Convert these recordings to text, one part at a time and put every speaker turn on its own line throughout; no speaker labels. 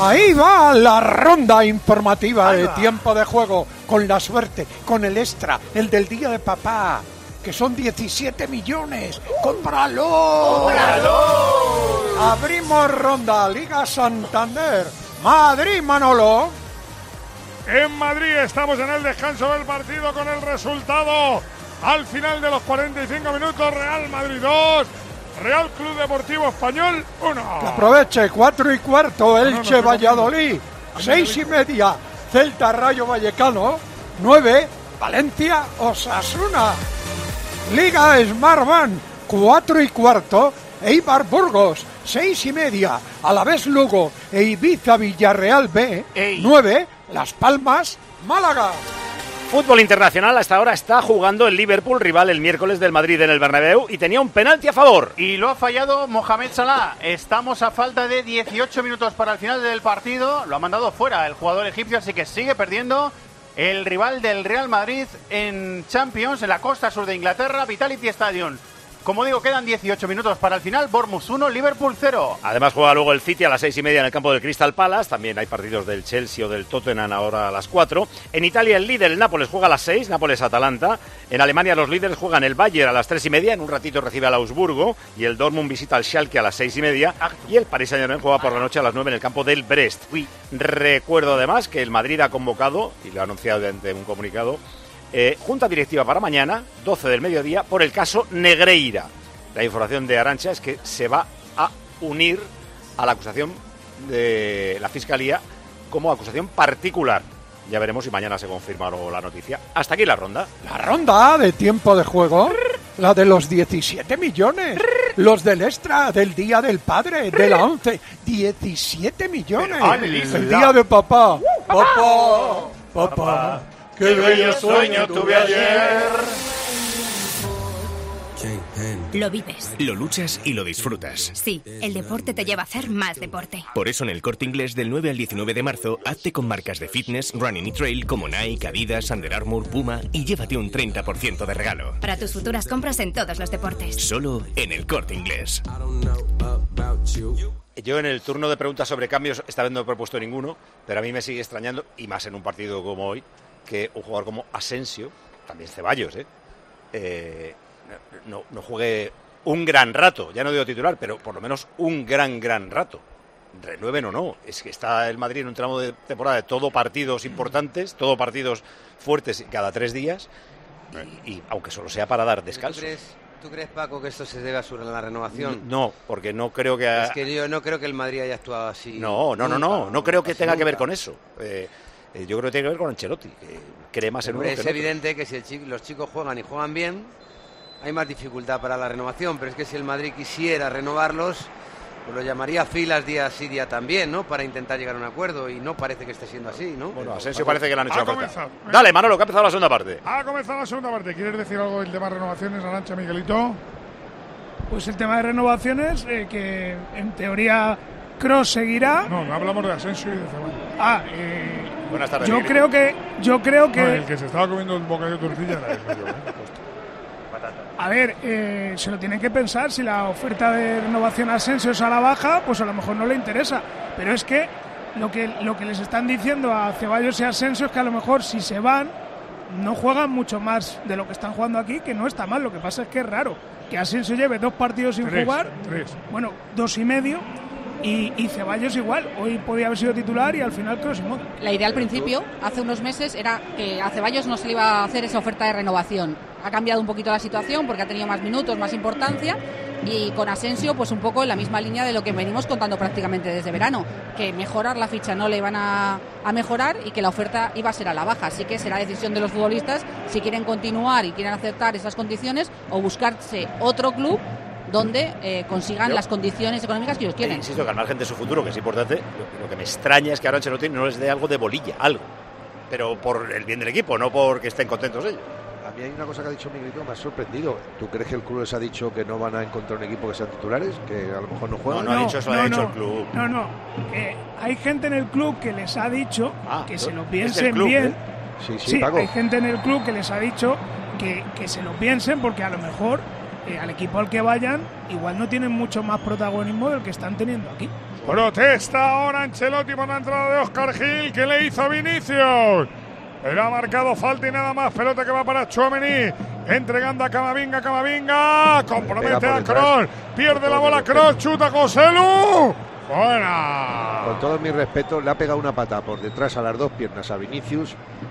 Ahí va la ronda informativa de tiempo de juego, con la suerte, con el extra, el del día de papá, que son 17 millones. ¡Cómpralo! Abrimos ronda, Liga Santander. Madrid, Manolo.
En Madrid estamos en el descanso del partido con el resultado al final de los 45 minutos Real Madrid 2, Real Club Deportivo Español 1.
Aproveche, 4 y cuarto, Elche
no, no,
Valladolid, seis y media, Celta Rayo Vallecano, 9, Valencia Osasuna, Liga Smartbank, 4 y cuarto, Eibar Burgos, seis y media, Alavés Lugo e Ibiza Villarreal B, 9, Las Palmas, Málaga.
Fútbol internacional hasta ahora está jugando el Liverpool rival el miércoles del Madrid en el Bernabéu y tenía un penalti a favor.
Y lo ha fallado Mohamed Salah. Estamos a falta de 18 minutos para el final del partido. Lo ha mandado fuera el jugador egipcio, así que sigue perdiendo el rival del Real Madrid en Champions, en la costa sur de Inglaterra, Vitality Stadium. Como digo, quedan 18 minutos para el final. Bournemouth 1, Liverpool 0.
Además juega luego el City a las seis y media en el campo del Crystal Palace. También hay partidos del Chelsea o del Tottenham ahora a las 4. En Italia el líder, el Nápoles, juega a las 6, Nápoles-Atalanta. En Alemania los líderes juegan el Bayern a las tres y media. En un ratito recibe al Augsburgo. Y el Dortmund visita al Schalke a las seis y media. Y el Paris Saint-Germain juega por la noche a las 9 en el campo del Brest. Recuerdo además que el Madrid ha convocado, y lo ha anunciado mediante un comunicado, eh, junta directiva para mañana, 12 del mediodía, por el caso Negreira. La información de Arancha es que se va a unir a la acusación de la Fiscalía como acusación particular. Ya veremos si mañana se confirma o no la noticia. Hasta aquí la ronda.
La ronda de tiempo de juego. La de los 17 millones. Los del extra, del día del padre, de la 11. 17 millones. El día de Uh, papá. Papá. Papá. Qué bello sueño tuve ayer.
Lo vives.
Lo luchas y lo disfrutas.
Sí, el deporte te lleva a hacer más deporte.
Por eso en el corte inglés del 9 al 19 de marzo, hazte con marcas de fitness, running y trail como Nike, Adidas, Under Armour, Puma y llévate un 30% de regalo.
Para tus futuras compras en todos los deportes.
Solo en el corte inglés.
Yo en el turno de preguntas sobre cambios esta vez no he propuesto ninguno, pero a mí me sigue extrañando, y más en un partido como hoy, que un jugador como Asensio, también Ceballos, ¿eh? Eh, no, no juegue un gran rato, ya no digo titular, pero por lo menos un gran, gran rato. Renueven o no, es que está el Madrid en un tramo de temporada de todo partidos importantes, todo partidos fuertes cada tres días, y, y aunque solo sea para dar
¿Tú
descanso.
crees, tú crees, Paco, que esto se debe a su- la renovación?
No, porque no creo que...
Es que yo no creo que el Madrid haya actuado así.
No, no, no, no.
Nunca,
No creo que
nunca,
tenga que ver
nunca.
con eso. Eh, eh, yo creo que tiene que ver con Ancelotti, que cree más en uno
Hombre,
que en
es
otro.
evidente que si el chi- los chicos juegan y juegan bien, hay más dificultad para la renovación, pero es que si el Madrid quisiera renovarlos, pues lo llamaría a filas día sí, día también, ¿no? Para intentar llegar a un acuerdo y no parece que esté siendo así, ¿no?
Bueno, a Asensio parece que le han hecho
Ha
la oferta.
comenzado.
Dale, Manolo, que ha empezado la segunda parte.
Ha comenzado la segunda parte. ¿Quieres decir algo del tema renovaciones, Arancha, Miguelito?
Pues el tema de renovaciones, eh, que en teoría Cross seguirá.
No, no hablamos de Asensio y de Ceballos.
Ah, eh,
Buenas tardes.
yo
Miguelito.
creo que, yo creo
No, el
que,
que se estaba comiendo un bocadillo de tortilla era eso, yo, ¿eh?
a ver, eh, se lo tienen que pensar si la oferta de renovación a Asensio es a la baja, pues a lo mejor no le interesa. Pero es que lo que lo que les están diciendo a Ceballos y a Asensio es que a lo mejor si se van no juegan mucho más de lo que están jugando aquí, que no está mal. Lo que pasa es que es raro que Asensio lleve dos partidos sin
Tres,
jugar
tres.
bueno, dos y medio. Y, y Ceballos igual, hoy podía haber sido titular y al final Kroos y Modric.
La idea al principio, hace unos meses, era que a Ceballos no se le iba a hacer esa oferta de renovación. Ha cambiado un poquito la situación porque ha tenido más minutos, más importancia y con Asensio, pues un poco en la misma línea de lo que venimos contando prácticamente desde verano, que mejorar la ficha no le iban a, a mejorar y que la oferta iba a ser a la baja. Así que será decisión de los futbolistas si quieren continuar y quieren aceptar esas condiciones o buscarse otro club donde eh, consigan
Yo-
las condiciones económicas que ellos
Eh,
quieren.
Insisto que al margen de su futuro, que es importante, lo, lo que me extraña es que ahora Ancelotti no les dé algo de bolilla, algo. Pero por el bien del equipo, no porque estén contentos ellos.
A mí hay una cosa que ha dicho Miguelito que me ha sorprendido. ¿Tú crees que el club les ha dicho que no van a encontrar un equipo que sean titulares? Que a lo mejor no juegan.
No, ha dicho eso, lo ha dicho el club.
No, no. que hay gente en el club que les ha dicho
Ah,
que
no,
se lo
es del
piensen
club,
bien.
¿eh?
Sí, sí,
Sí,
Paco.
hay gente en el club que les ha dicho que, que se lo piensen porque a lo mejor eh, al equipo al que vayan igual no tienen mucho más protagonismo del que están teniendo aquí.
Protesta ahora Ancelotti por la entrada de Oscar Gil que le hizo a Vinicius. Pero ha marcado falta y nada más. Pelota que va para Chouameni. Entregando a Camavinga, Camavinga. Compromete
Pega
a
por detrás.
Kroos. Pierde la bola
detrás.
Kroos. Chuta Joselu. Buena.
Con todo mi respeto, le ha pegado una pata por detrás a las dos piernas a Vinicius.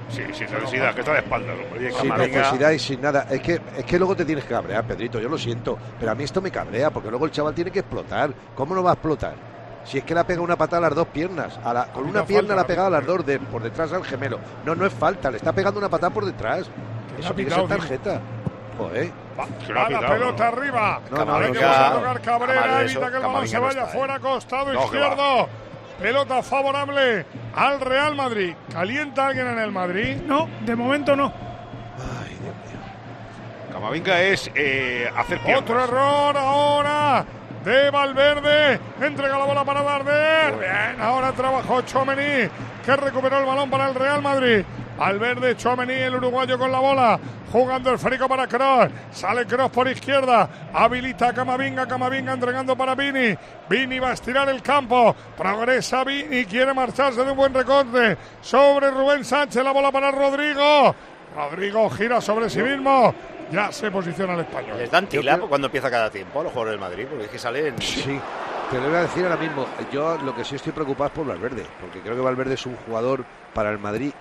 Sí, sin necesidad, que está de espaldas, hombre. Y
Sin
Camavinga-
necesidad y sin nada. Es que, es que luego te tienes que cabrear, Pedrito. Yo lo siento. Pero a mí esto me cabrea, porque luego el chaval tiene que explotar. ¿Cómo no va a explotar? Si es que le ha pegado una patada a las dos piernas. A la- con
Ha
una
habido
pierna la
falta, ¿no?
ha pegado a las dos de, por detrás al gemelo. No, no es falta. Le está pegando una patada por detrás. Eso tiene
ha
que
pitado,
ser tarjeta. Joder.
Va la pelota arriba.
No, no, no,
Hay que
no,
buscar
no.
tocar Cabrera.
Además de eso,
Evita que el balón
Camavinga
se
no
vaya
está, ¿eh?
fuera, costado
No, que
izquierdo. Pelota favorable al Real Madrid. ¿Calienta alguien en el Madrid?
No, de momento no.
Camavinga es eh, hacer piernas.
Ah,
Otro error ahora de Valverde. Entrega la bola para Valverde. Bien, ahora trabajó Chomeni, que recuperó el balón para el Real Madrid. Valverde, Chomeni, el uruguayo con la bola. Jugando el frico para Cross. Sale Cross por izquierda. Habilita a Camavinga. Camavinga entregando para Vini. Vini va a estirar el campo. Progresa Vini. Quiere marcharse de un buen recorte. Sobre Rubén Sánchez. La bola para Rodrigo. Rodrigo gira sobre sí mismo. Ya se posiciona el español.
¿Les dan tila cuando empieza cada tiempo a los jugadores del Madrid? Porque es que salen.
Sí, te lo voy a decir ahora mismo. Yo lo que sí estoy preocupado es por Valverde, porque creo que Valverde es un jugador para el Madrid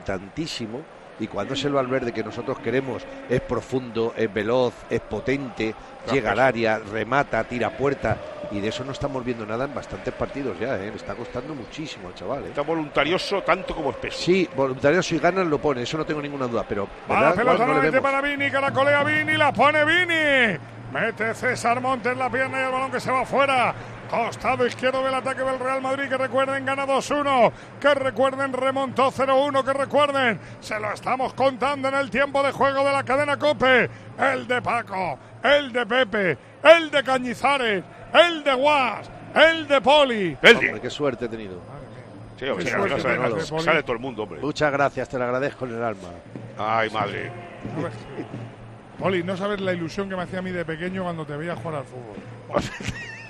importantísimo. Y cuando es el Valverde que nosotros queremos, es profundo, es veloz, es potente, llega al área, remata, tira a puerta. Y de eso no estamos viendo nada en bastantes partidos ya, ¿eh? Le está costando muchísimo al chaval, ¿eh?
Está voluntarioso tanto como espeso.
Sí, voluntario si ganan lo pone, eso no tengo ninguna duda, pero
Va la
¿verdad?
pelota
Igual no le
nuevamente
vemos.
para Vini, que la colega Vini, la pone Vini. Mete César Montes la pierna y el balón que se va fuera. Costado izquierdo del ataque del Real Madrid, que recuerden, gana 2-1, que recuerden, remontó 0-1, que recuerden, se lo estamos contando en el tiempo de juego de la cadena Cope. El de Paco, el de Pepe, el de Cañizares, el de Guas, el de Poli.
Hombre, qué suerte he tenido.
Sí, hombre,
Qué
sí,
suerte,
no sale-
Manolo.
sale, sale todo el mundo, hombre.
Muchas gracias, te lo agradezco en el alma.
Ay, madre.
Poli, no sabes la ilusión que me hacía a mí de pequeño cuando te veía jugar al fútbol.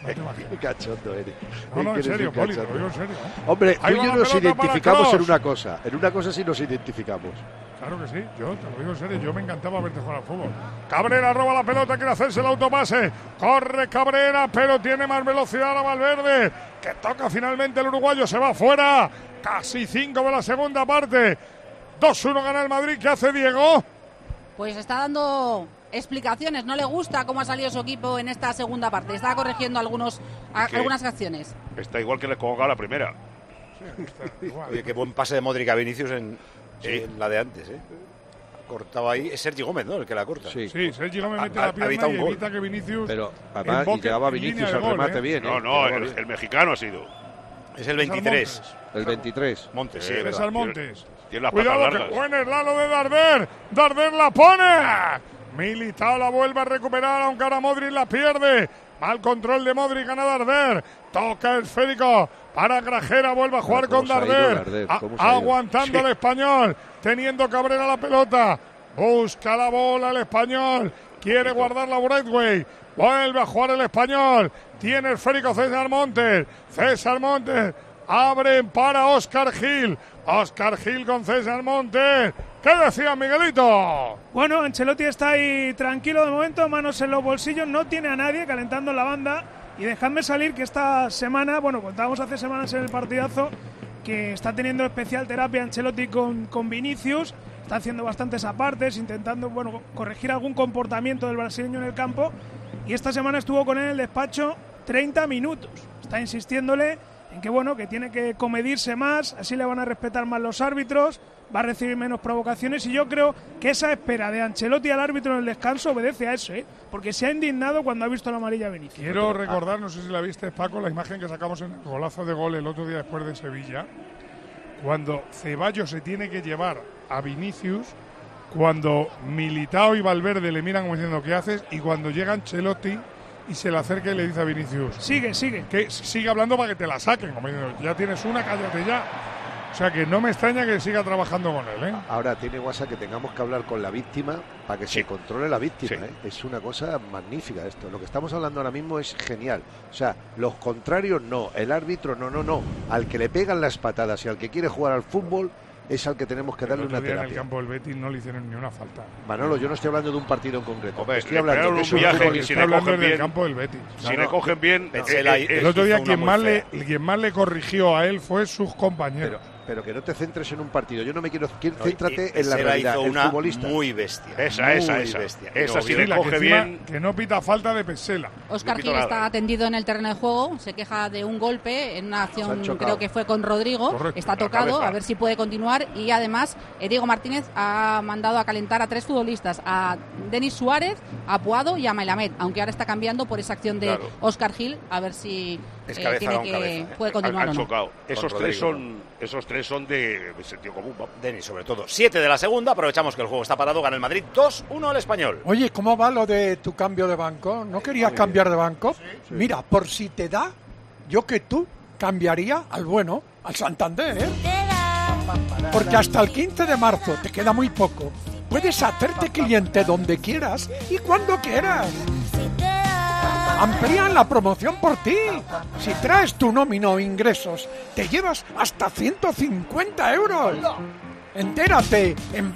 Qué cachondo eres.
No, no, en
Eres un
serio, Poli, te lo
cachondo.
digo en serio. ¿eh?
Hombre, tú
Ahí
y
va
yo
la
nos
pelota para
identificamos en
Kroos.
una cosa. En una cosa sí nos identificamos.
Claro que sí, yo te lo digo en serio, yo me encantaba verte jugar al fútbol. Cabrera roba la pelota, quiere hacerse el autopase. Corre Cabrera, pero tiene más velocidad a Valverde, que toca finalmente el uruguayo, se va fuera. Casi 5 de la segunda parte. 2-1 gana el Madrid, ¿qué hace Diego?
Pues está dando explicaciones, no le gusta cómo ha salido su equipo en esta segunda parte, está corrigiendo algunos, a-
¿Qué?
algunas acciones.
Está igual que le colgaba la primera.
Oye, qué buen pase de Modric a Vinicius en, en la de antes, ¿eh? Cortaba ahí. Es Sergi Gómez, ¿no? El que la corta.
Sí.
Sí, Sergi Gómez
Ha-
mete
ha-
la
ha
pierna
evitado un
y
gol.
evita que Vinicius...
Pero además, y
invoque
llegaba
en línea
Vinicius
de
al
gol,
remate
¿eh?
bien. ¿eh?
No, no,
Llegaba
el,
bien.
el mexicano ha sido.
Es el 23.
El 23.
Montes, sí, es verdad.
César Montes.
Eh, Tiene las patas
Cuidado que
largas.
buen lado de Darder. Darder la pone. Militao la vuelve a recuperar, aunque ahora Modric la pierde. Mal control de Modric, gana Darder. Toca el esférico para Grajera, vuelve a jugar
Pero
con
cómo se ha ido
Darder.
Darder,
A-
cómo se ha ido.
Aguantando el español, teniendo Cabrera la pelota. Busca la bola el español. Quiere guardar la Broadway. Vuelve a jugar el español. Tiene el esférico César Montes. César Montes. Abren para Oscar Gil. Oscar Gil con César Montes. ¿Qué decía Miguelito?
Bueno, Ancelotti está ahí tranquilo de momento, manos en los bolsillos, no tiene a nadie calentando en la banda. Y dejadme salir que esta semana, bueno, contábamos hace semanas en el partidazo que está teniendo especial terapia Ancelotti con, con Vinicius, está haciendo bastantes apartes, intentando, bueno, corregir algún comportamiento del brasileño en el campo. Y esta semana estuvo con él en el despacho 30 minutos. Está insistiéndole en que, bueno, que tiene que comedirse más, así le van a respetar más los árbitros, va a recibir menos provocaciones y yo creo que esa espera de Ancelotti al árbitro en el descanso obedece a eso, ¿eh? porque se ha indignado cuando ha visto la amarilla a Vinicius.
Quiero recordar, no sé si la viste, Paco, la imagen que sacamos en el golazo de gol el otro día después de Sevilla, cuando Ceballos se tiene que llevar a Vinicius, cuando Militao y Valverde le miran como diciendo, ¿qué haces? Y cuando llega Ancelotti y se le acerca y le dice a Vinicius,
Sigue, sigue.
que sigue hablando para que te la saquen, como diciendo, ya tienes una, cállate ya. O sea que no me extraña que siga trabajando con él. ¿eh?
Ahora tiene WhatsApp que tengamos que hablar con la víctima para que se controle la víctima. ¿eh? Es una cosa magnífica esto. Lo que estamos hablando ahora mismo es genial. O sea, los contrarios no, el árbitro no, no, no. Al que le pegan las patadas y al que quiere jugar al fútbol es al que tenemos que darle
El otro
una
día en el
terapia.
campo del Betis no le hicieron ni una falta.
Manolo, yo no estoy hablando de un partido en concreto. estoy
le
hablando
pegaron
de
un
su
viaje
fútbol.
que si le Está hablando cogen del bien- campo del Betis.
Si le cogen bien,
Petzela
eh, eh,
El otro día quien más, le, quien más le corrigió a él fue sus compañeros.
Pero que no te centres en un partido. Yo no me quiero. qui-
No, y-
Céntrate
y
en la
Petzela
realidad.
hizo
el
una
futbolista.
muy bestia.
Esa, esa, esa. Esa sí
Sí,
le
la
coge
que encima-
bien.
Que no pita falta de Pesela.
Oscar Gil está atendido en el terreno de juego, se queja de un golpe en una
Se han
acción,
chocado.
creo que fue con Rodrigo,
Correcto,
está
la
tocado,
cabeza.
a ver si puede continuar y además eh, Diego Martínez ha mandado a calentar a tres futbolistas, a Denis Suárez, a Puado y a Mailamed, aunque ahora está cambiando por esa acción de
Claro.
Oscar Gil, a ver si
Es
eh,
cabeza
tiene
con
que,
cabeza, ¿eh?
puede
Han-
continuar
han
o no.
chocado. Esos
Con
tres
Rodrigo,
son esos tres son de sentido común.
Denis, sobre todo. 7 de la segunda, aprovechamos que el juego está parado, gana el Madrid 2-1 al español.
Oye, ¿cómo va lo de tu cambio de banco? ¿No querías cambiar de banco? Mira, por si te da, yo que tú cambiaría al bueno, al Santander, ¿eh? Porque hasta el 15 de marzo te queda muy poco. Puedes hacerte cliente donde quieras y cuando quieras. Amplían la promoción por ti. Si traes tu nómina o ingresos, te llevas hasta 150 euros. Entérate en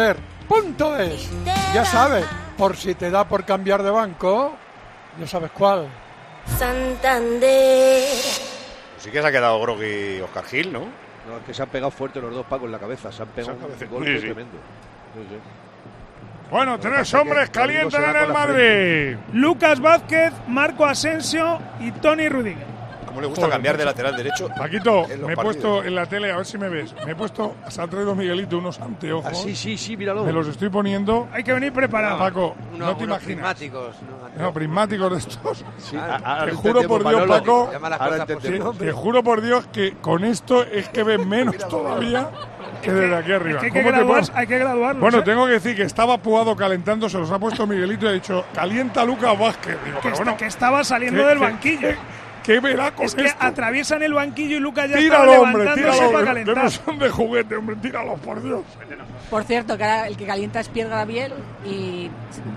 bancosantander.es. Ya sabes, por si te da por cambiar de banco, ya sabes cuál.
Santander.
Sí que se ha quedado Grogui Oscar Gil, ¿no?
No, es que se han pegado fuerte los dos pacos en la cabeza. Se han pegado
Se han
un
cabeceado.
golpe
Sí, sí.
tremendo. Sí, sí.
Bueno,
pasa es
tres
que
hombres
Rodrigo
calientes
se va
en
con
el
la
Madrid.
Lucas Vázquez, Marco Asensio y Tony Rudiger.
¿Cómo le gusta cambiar de lateral derecho?
Paquito,
en los
me he
partidos?
puesto en la tele, a ver si me ves. Me he puesto, se ha traído Miguelito unos anteojos.
Ah, sí, sí, sí, míralo.
Me los estoy poniendo. Hay que venir preparado. Paco,
Uno-
no te
unos
imaginas.
prismáticos, ¿no?
No, prismáticos de estos.
Claro.
a- ahora
te juro
entendemos,
por Dios,
ah, Manolo.
Paco.
Llama las Ahora cosas por su
te,
nombre.
te juro por Dios que con esto es que ves menos todavía que desde aquí arriba.
Es que hay, que
¿Cómo te
graduar-
pones?
hay que graduarnos,
Bueno,
¿eh?
tengo que decir que estaba Puado calentando, se los ha puesto Miguelito y ha dicho, calienta Lucas Vázquez. Digo,
que,
pero
esta-
bueno,
que estaba saliendo
¿qué-
del
qué-
banquillo.
qué- ¿Qué verá con
es que
esto?
atraviesan el banquillo y Lucas ya
Tíralo,
estaba
hombre, tíralo.
levantándose para
hombre, Que
calentar.
no son de juguete, hombre, tíralos, por Dios.
Por cierto, que ahora el que calienta es Pierre Gabriel y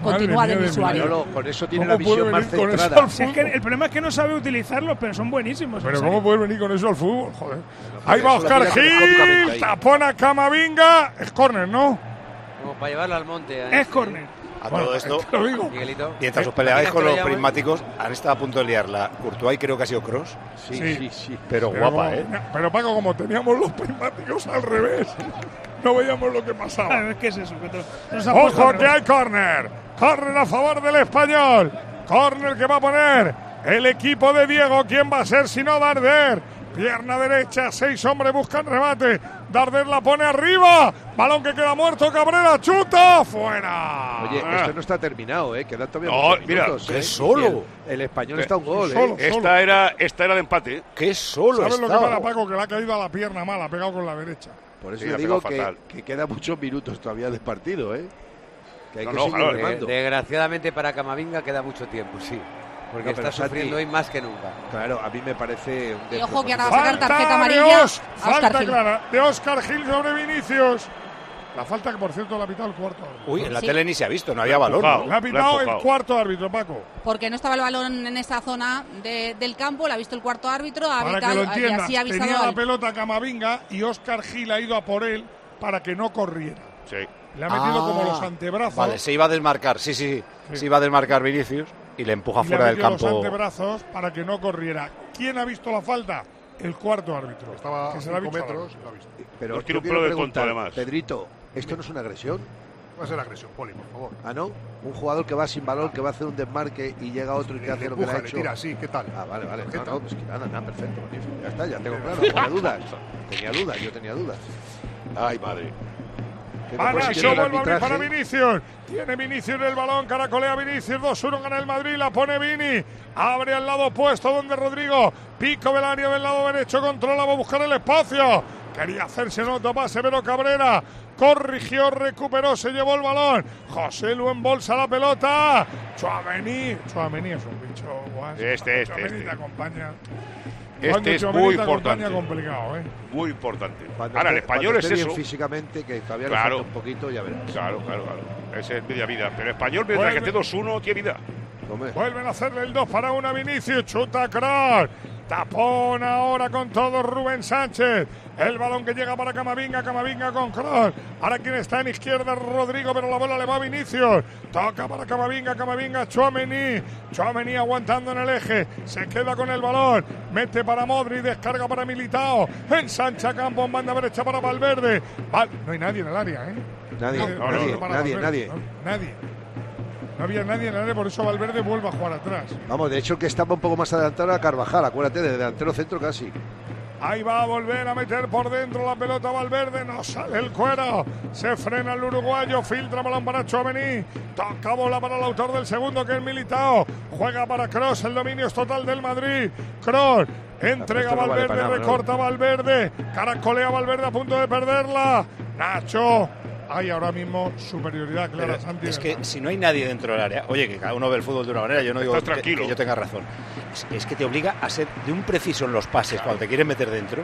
continúa
mía de
Denis
mi
Suárez.
Manolo,
Con eso
tiene ¿Cómo la puede visión venir más con eso centrada. al
Si es que el problema es que no sabe utilizarlos, pero son buenísimos.
Pero
en
¿cómo
serio.
puedes venir con eso al fútbol? Joder.
pues
Ahí va Oscar
Eso lo tira telescópicamente
Gil,
ahí.
tapón a Camavinga. Es córner, ¿no?
Como para llevarlo al monte. ¿eh?
Es córner.
A
Bueno,
todo esto,
te lo digo.
Miguelito.
mientras os
Eh,
peleabais
¿te
con
lo
los
llaman?
prismáticos, han estado a punto de liarla. Courtois creo que ha sido cross.
Sí, Sí. sí, sí.
Pero,
Pero
guapa,
como-
¿eh?
Pero Paco, como teníamos los prismáticos al revés, no veíamos lo que pasaba.
Claro, es que es eso. que te- nos ha puesto
¡Ojo
al
que
revés.
hay córner! ¡Córner a favor del español! ¡Córner que va a poner el equipo de Diego! ¿Quién va a ser si no Darder? Pierna derecha, seis hombres buscan remate. Darder la pone arriba. Balón que queda muerto, Cabrera, chuta, fuera.
Oye, esto no está terminado, ¿eh? Quedan todavía
Ah. No,
muchos
mira,
minutos,
qué
¿eh?
solo.
Y El, el español está a un gol, ¿eh?
Esta era esta era el empate.
Qué solo
¿Sabes lo que pasa, Paco? Que le ha caído a la pierna mala, ha pegado con la derecha.
Por eso
Sí,
te
ha
digo
pegado
que,
fatal.
que queda muchos minutos todavía de partido, ¿eh? Que hay que seguir
Eh,
remando.
desgraciadamente para Camavinga queda mucho tiempo, sí. Porque
No, pero
está
Santi-
sufriendo hoy más que nunca.
Claro, a mí me parece un
Y ojo que
despropósito.
ahora va a sacar tarjeta amarilla a
Dios,
Oscar
falta
Gil.
clara de Oscar Gil sobre Vinicius. La falta que, por cierto, la ha pitado el cuarto árbitro.
Uy, en la
Sí.
tele ni se ha visto, no había balón.
La
¿no?
ha pitado el cuarto árbitro, Paco.
Porque no estaba el balón en esa zona de- del campo, la ha visto el cuarto árbitro, ha
Para que
evitado-
lo
y
entiendas,
así ha avisado
tenía la
al-
pelota Camavinga y Oscar Gil ha ido a por él para que no corriera.
Sí.
Le ha metido
Ah,
como los antebrazos.
Vale, se iba a desmarcar, sí, sí, sí. Se iba a desmarcar Vinicius y le empuja
y le ha
fuera del
metido los
campo.
antebrazos para que no corriera. ¿Quién ha visto la falta? El cuarto árbitro.
Ah,
Estaba que se la ha
cinco
visto a la
metros,
luz.
Eh, Pero
Nos
yo
tiene
quiero
un pelo de tonto,
preguntar,
además.
Pedrito, ¿esto no es una agresión?
Va a ser agresión, Poli, por favor.
¿Ah, no? Un jugador que va sin balón, que va a hacer un desmarque y llega otro y te hace lo que le ha
Empuja, le
hecho.
tira así, ¿qué tal?
Ah, vale, vale. No,
Tarjeta.
no, pues que nada,
Ah,
nada, perfecto, magnífico. Ya está, ya tengo claro. Tenía dudas. Tenía dudas, yo tenía dudas. Ay, madre.
Para Show, vuelve a abrir para Vinicius. Tiene Vinicius el balón, caracolea Vinicius. 2-1 gana el Madrid, la pone Vini. Abre al lado opuesto donde Rodrigo. Pico del área del lado derecho, controla, va a buscar el espacio. Quería hacerse en otro pase, pero Cabrera corrigió, recuperó, se llevó el balón. José Lu embolsa la pelota. Chuamení. Chuamení es un bicho guas.
Este, este,
Tchouaméni
este.
te acompaña.
Este es
Tchouaméni
muy
te acompaña,
importante.
complicado, ¿eh?
Muy importante.
Cuando
Ahora, el
esté-
español
cuando
es
esté bien
eso.
físicamente, que todavía le
Claro.
falta un poquito, ya verás.
Claro, claro, claro. Ese es media vida. Pero el español, mientras que
Vuelve.
esté 2-1, tiene vida.
Vuelven a hacerle el 2 para 1 a Vinicius. Chuta Cross. Tapón ahora con todo Rubén Sánchez. El balón que llega para Camavinga. Camavinga con Cross. Ahora quien está en izquierda es Rodrigo, pero la bola le va a Vinicius. Toca para Camavinga. Camavinga. Chuamení. Chuamení aguantando en el eje. Se queda con el balón. Mete para Modri. Descarga para Militao. Ensancha Campos. Manda brecha para Valverde. Val- no hay nadie en el área, ¿eh?
Nadie,
No, no,
nadie,
no, para
nadie,
Valverde,
nadie.
¿no? Nadie. No había nadie en el área, por eso Valverde vuelve a jugar atrás.
Vamos, de hecho, el que estaba un poco más adelantado era Carvajal, acuérdate, de delantero centro casi.
Ahí va a volver a meter por dentro la pelota Valverde, no sale el cuero, se frena el uruguayo, filtra balón para Chomení, toca bola para el autor del segundo que es Militao, juega para Cross, el dominio es total del Madrid, Cross entrega
Esto no vale
Valverde,
para nada, ¿no?
recorta Valverde, caracolea Valverde a punto de perderla, Nacho, hay ahora mismo superioridad clara
Eh,
Pero
Santi.
Eh, es que si no hay nadie dentro del área, oye, que cada uno ve el fútbol de una manera, yo no digo
Estás
que, que yo tenga razón. Es, es que te obliga a ser de un preciso en los pases cuando te quieres meter dentro.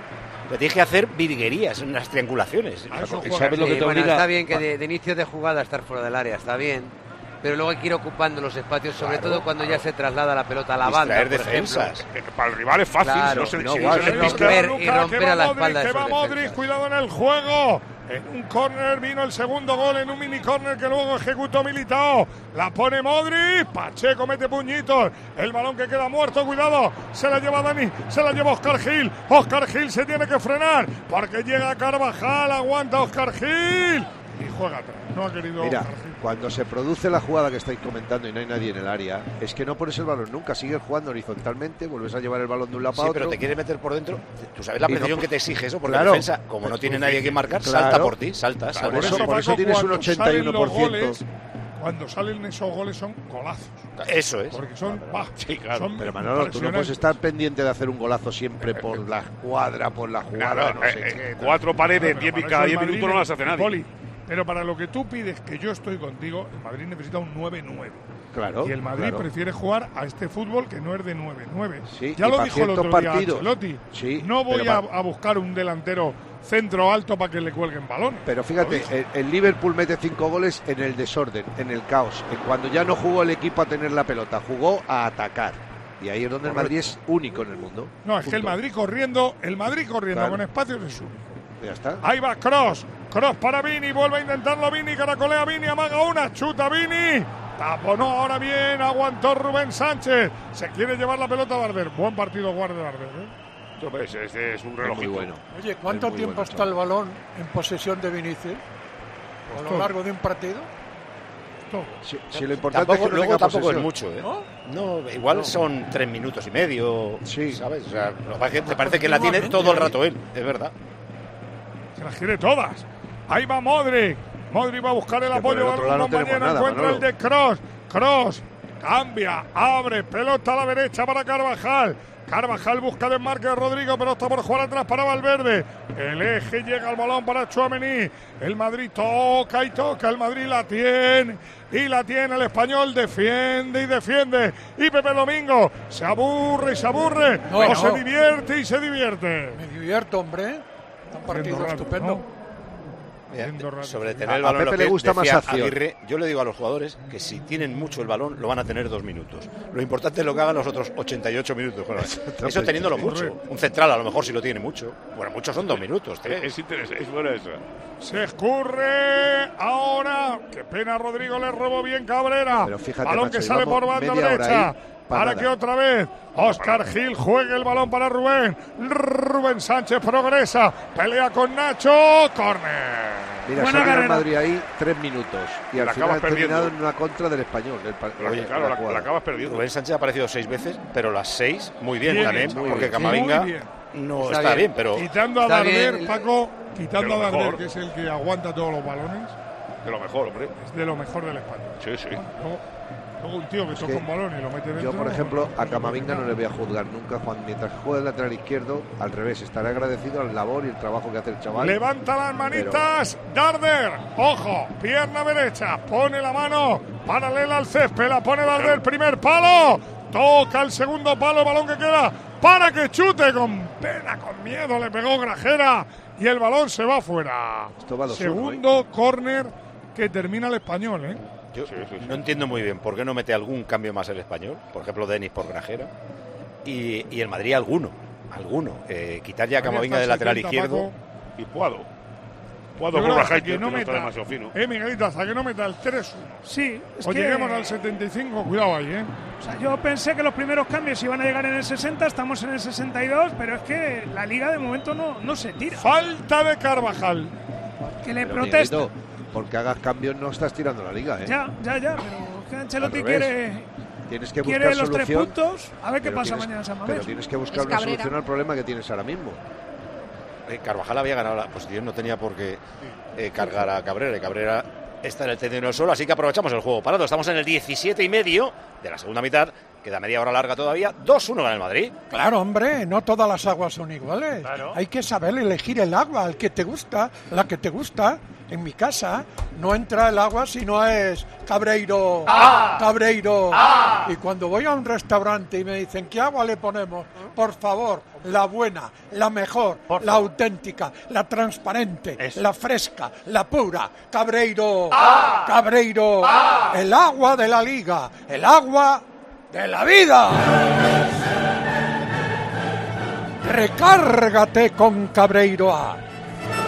Te tienes que hacer virguerías, unas triangulaciones.
Sí, bueno, está bien que de, de inicio de jugada estar fuera del área, está bien. Pero luego hay que ir ocupando los espacios, sobre todo cuando ya se traslada la pelota a la banda.
Distraer
por
defensas.
ejemplo.
Para el rival es fácil,
Claro,
si no se,
no,
si no
guau,
se
no,
le pista.
romper y
Luca,
romper
que va
a la
Modric,
espalda de
que
esos
va Modric, cuidado en el juego. En un córner vino el segundo gol en un mini córner que luego ejecutó Militao. La pone Modric, Pacheco mete puñitos. El balón que queda muerto, cuidado. Se la lleva Dani, se la lleva Oscar Gil. Oscar Gil se tiene que frenar porque llega Carvajal, aguanta Oscar Gil. Y juega atrás. No ha querido
Mira,
Oscar Gil.
cuando se produce la jugada que estáis comentando y no hay nadie en el área, es que no pones el balón nunca, sigues jugando horizontalmente, vuelves a llevar el balón de un lado
Sí,
para
pero
otro.
te quieres meter por dentro. Tú sabes la
Y no
presión
pu-
que te exige eso, porque
pues, Claro.
la defensa, como no tiene nadie que marcar,
Claro.
salta por ti, salta,
Claro,
salta.
por eso- por eso
Paco,
tienes un
cuando salen los
81%.
goles, Cuando salen esos goles son golazos.
Eso es.
Porque son. bah, son
Pero Manolo, tú no puedes
impresionantes.
estar pendiente de hacer un golazo siempre por la cuadra, por la jugada,
Eh, Claro,
no sé
eh,
qué,
eh,
tal.
cuatro paredes,
Pero
diez,
para eso
cada
el
10 minutos
Madrid eh,
no las hace nadie.
Poli, pero para lo que tú pides, que yo estoy contigo, el Madrid necesita un 9-9.
Claro,
y el Madrid
claro.
prefiere jugar a este fútbol que no es de 9-9.
Sí,
ya
y
lo
para
dijo el otro
ciertos
día
partidos.
Ancelotti.
Sí,
no voy
pero
a,
para-
a buscar un delantero centro alto para que le cuelguen balones.
Pero fíjate, el, el Liverpool mete cinco goles en el desorden, en el caos, en cuando ya no jugó el equipo a tener la pelota, jugó a atacar. Y ahí es donde el Madrid es único en el mundo.
No, es que el
Punto.
Madrid corriendo, el Madrid corriendo
Claro.
con espacios es único.
Ya está.
Ahí va Cross. Cross para Vini. Vuelve a intentarlo Vini. Caracolea Vini. Amaga una. Chuta Vini. Taponó ahora bien. Aguantó Rubén Sánchez. Se quiere llevar la pelota a Barber. Buen partido guarde Barber. ¿eh?
Entonces, este es un reloj.
muy bueno.
Oye, ¿cuánto
Es muy
tiempo
bueno,
está el balón en posesión de Vinicius? A lo
todo.
largo de un partido.
Si, si lo importante
Tampoco-
es que no
luego
tenga
tampoco
posesión.
es mucho, ¿eh? No, igual son tres minutos y medio. Sí. ¿Sabes? O sea, lo que pasa es que te parece que la tiene todo el rato él, es verdad.
Se las quiere todas. Ahí va Modric. Modric va a buscar el
por el
apoyo de
otro
algún
lado no
compañero.
tenemos nada,
encuentra
Manolo.
el de Cross. Cross cambia, abre, pelota a la derecha para Carvajal. Carvajal busca desmarque de Rodrigo, pero está por jugar atrás para Valverde. El eje llega al balón para Chuamení. El Madrid toca y toca. El Madrid la tiene y la tiene. El español defiende y defiende. Y Pepe Domingo se aburre y se aburre.
No, no.
no se divierte y se divierte.
Me divierto, hombre. Un partido
raro,
estupendo.
Mira, sobre
sí.
tener
A-
el
a
balón, lo
Pepe
que
le gusta más
decía
acción.
Aguirre, yo le digo a los jugadores que si tienen mucho el balón, lo van a tener dos minutos. Lo importante es lo que hagan los otros 88 minutos. Bueno, eso teniéndolo mucho. Un central a lo mejor si lo tiene mucho. Bueno, muchos son dos minutos. tres.
Es interesante, es bueno eso.
Se escurre ahora. Qué pena, Rodrigo le robó bien Cabrera.
Pero fíjate,
balón
macho,
que sale
llevamos
por banda
media hora
derecha.
ahí, pa'
Para
nada.
que otra vez Oscar Gil juegue el balón para Rubén. Rubén Sánchez progresa. Pelea con Nacho. Corner.
Mira,
Buena
se ha tirado el
carrera.
Madrid ahí tres minutos. Y al
La
final
acabas
ha terminado
perdiendo.
en una contra del español. el pa- la- la jugada.
perdiendo. Rubén Sánchez ha aparecido seis veces, pero las seis muy bien,
Bien
también,
hecho, muy
porque
bien.
Camavinga
Muy bien.
no
Está
está,
bien.
bien. pero
Quitando a
Está
Darder,
bien.
Paco. Quitando
De lo
a Darder,
mejor.
que es el que aguanta todos los balones.
De lo mejor, hombre.
Es de lo mejor del español.
Sí, sí.
Luego, luego un tío que toca
que
un balón y lo mete dentro.
Yo, por ejemplo, a Camavinga no le voy a juzgar nunca, Juan. Mientras juegue el lateral izquierdo, al revés, estaré agradecido al labor y el trabajo que hace el chaval.
Levanta las manitas, Darder. Ojo, pierna derecha. Pone la mano paralela al césped. La pone Darder, primer palo. Toca el segundo palo, balón que queda para que chute con pena, con miedo, le pegó Grajera y el balón se va fuera.
Esto va a los
¿eh?
Segundo córner que termina el español, ¿eh?
Yo no entiendo muy bien por qué no mete algún cambio más el español, por ejemplo Denis por Grajera y, y el Madrid alguno, alguno. Eh, quitar ya a
Ahí
Camavinga
está,
de lateral
70
izquierdo.
Paco.
Y Puado. Puado
Yo
por
creo
Rajoy,
hasta que
que
no
no está
meta,
demasiado fino.
Eh, Miguelito, hasta que no meta el 3-1.
Sí, es
o
que-
lleguemos al 75, cuidado ahí, ¿eh?
O sea, yo pensé que los primeros cambios iban a llegar en el 60, estamos en el 62, pero es que la liga de momento no, no se tira.
Falta de Carvajal.
Que le
Pero,
protesta.
Miguelito, porque hagas cambios no estás tirando la liga, ¿eh?
Ya, ya, ya, pero es que Ancelotti
Al revés.
quiere,
Tienes que buscar
quiere los
solución.
tres puntos. A ver qué
pero
pasa
tienes-
mañana en San
Pero
Mamés.
tienes que buscar
Es
una
Cabrera.
solución al problema que tienes ahora mismo.
Eh, Carvajal había ganado la posición, no tenía por qué eh, cargar a Cabrera. Y Cabrera está en el tendido en el suelo, así que aprovechamos el juego parado. Estamos en el 17 y medio de la segunda mitad. Queda media hora larga todavía. 2-1 gana el Madrid.
Claro, hombre, no todas las aguas son iguales. Hay que saber elegir el agua, el que te gusta, la que te gusta. En mi casa no entra el agua si no es Cabreiro, Cabreiro. Y cuando voy a un restaurante y me dicen, ¿qué agua le ponemos? Por favor, la buena, la mejor, la auténtica, la transparente, la fresca, la pura. Cabreiro, Cabreiro, el agua de la liga, el agua de la vida. Recárgate con Cabreiroa.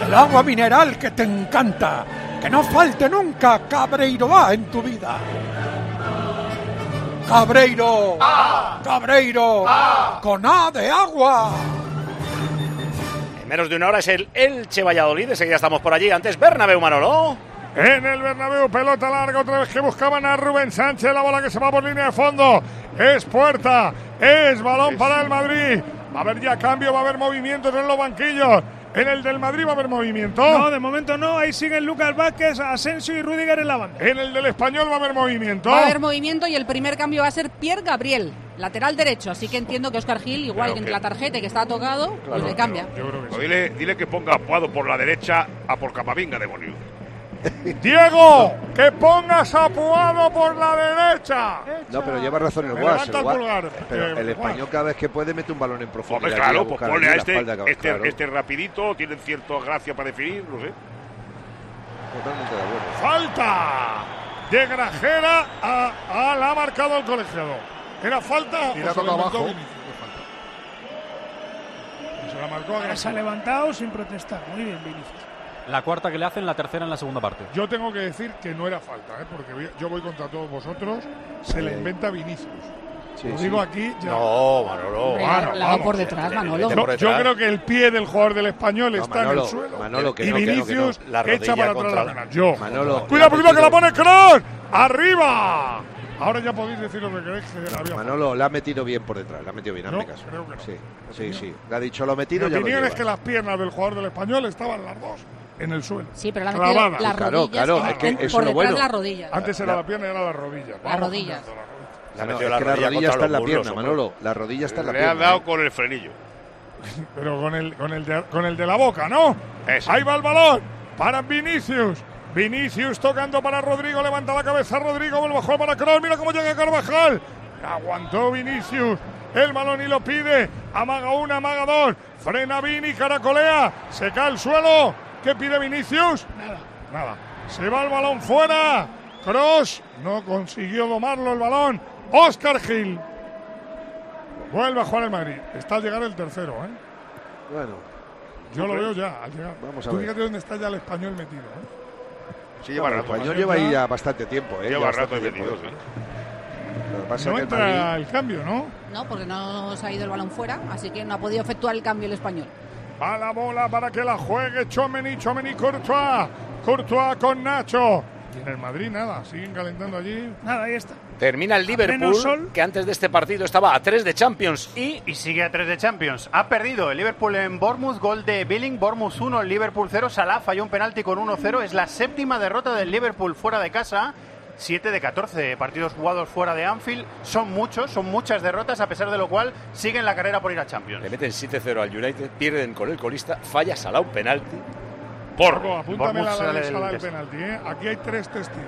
El agua mineral que te encanta. Que no falte nunca Cabreiroa en tu vida. Cabreiro. Cabreiro. Con A de agua.
En menos de una hora es el Elche Valladolid. Enseguida estamos por allí. Antes Bernabéu Manolo.
En el Bernabéu, pelota larga otra vez que buscaban a Rubén Sánchez, la bola que se va por línea de fondo, es puerta, es balón para el Madrid. Va a haber ya cambio, va a haber movimientos en los banquillos. En el del Madrid va a haber movimiento.
No, de momento no. Ahí siguen Lucas Vázquez, Asensio y Rudiger en la banda.
En el del español va a haber movimiento.
Va a haber movimiento y el primer cambio va a ser Pierre Gabriel, lateral derecho. Así que entiendo que Oscar Gil, igual
Pero
que
que-
entre la tarjeta y que está tocado, pues le cambia.
O dile, dile que ponga a Puado por la derecha a por Camavinga, demonio.
Diego, que pongas a Puado por la derecha.
No, pero lleva razón el
Me
Guas.
levanta
el Guas-
el pulgar.
Pero
Eh,
el español cada vez que puede mete un balón en profundidad.
Hombre,
y a
claro, pues
buscar
ponle
allí
a
la
este,
espalda, claro,
este,
claro.
este rapidito, tienen cierta gracia para definir, no sé.
Totalmente de acuerdo.
Falta de Grajera a, a la ha marcado el colegiado. ¿Era falta?
Y
o
la
se
toca
lo inventó
abajo.
Vinicius? Pues Se la marcó a
Ahora se ha
Grajera.
levantado sin protestar. Muy bien, Vinicius.
La cuarta que le hacen, la tercera en la segunda parte.
Yo tengo que decir que no era falta, ¿eh? porque voy- yo voy contra todos vosotros. Se la
Ahí, ahí.
inventa Vinicius.
Sí,
Lo
sí.
digo aquí. Ya.
No, Manolo.
Bueno,
La- la va
vamos.
por
eh,
detrás, Manolo.
No, yo creo que el pie del jugador del español
No,
está en
Manolo,
el suelo.
Manolo, que
y
no, que no, que no.
Vinicius
La
echa
rodilla
para atrás
contra
la
la-
pena. Yo.
Manolo,
Cuidado,
la
cuidado que
metido-
la pone Kroos. ¡Arriba! Ahora ya podéis decir lo que queréis que la había
Manolo la ha metido bien por detrás, la ha metido bien, hazme caso. Sí, sí, sí. Le ha dicho, lo ha
Mi
metido, ya lo
opinión
lleva.
es que las piernas del jugador del español estaban las dos en el suelo.
Sí, pero la han metido
clavadas.
las Claro, rodillas claro, que es que están eso por es lo detrás bueno. las rodillas.
Antes era
La-
la pierna y era las rodillas.
Las rodillas.
Ah, no,
metió
es
la
que la
rodilla
rodilla
contra
está en
los
la
muslos,
pierna,
hombre.
Manolo. La rodilla está en la
Le
pierna. ¿eh?
han dado con el frenillo.
Pero con el, con el, de, con el de la boca, ¿no? Ahí va el balón para Vinicius. Vinicius tocando para Rodrigo, levanta la cabeza Rodrigo, vuelve a jugar para Kroos, mira cómo llega Carvajal. Aguantó Vinicius, el balón y lo pide. Amaga una, amaga dos, frena Vini, caracolea, se cae al suelo. ¿Qué pide Vinicius? Nada. Nada. Se va el balón fuera. Cross no consiguió domarlo el balón. Oscar Gil. Vuelve a jugar el Madrid. Está al llegar el tercero, ¿eh?
Bueno.
Yo lo veo ya al llegar.
Vamos a
Tú
ver.
fíjate dónde está ya el español metido. ¿eh?
Sí, lleva
No,
rato.
El español lleva ahí ya bastante tiempo, ¿eh?
pues Lleva rato
bastante
y
tiempo,
metidos,
¿eh? Lo que pasa
No
es que el
entra
Madrid-
el cambio, ¿no?
No, porque no se ha ido el balón fuera, así que no ha podido efectuar el cambio el español.
Va la bola para que la juegue Chomeni, Chomeni, Courtois. Courtois con Nacho. Y en el Madrid nada, siguen calentando allí.
Nada, ahí está.
Termina el
pleno
Liverpool,
sol.
que antes de este partido estaba a 3 de Champions y...
Y sigue a 3 de Champions. Ha perdido el Liverpool en Bournemouth. Gol de Billing. Bournemouth 1, Liverpool 0. Salah falló un penalti con 1-0. Es la séptima derrota del Liverpool fuera de casa. 7 de 14 partidos jugados fuera de Anfield. Son muchos, son muchas derrotas, a pesar de lo cual siguen la carrera por ir a Champions.
Le meten 7-0 al United, pierden con el colista, falla Salah un penalti.
Paco, apúntame la de Salah el penalti, ¿eh? Aquí hay tres testigos.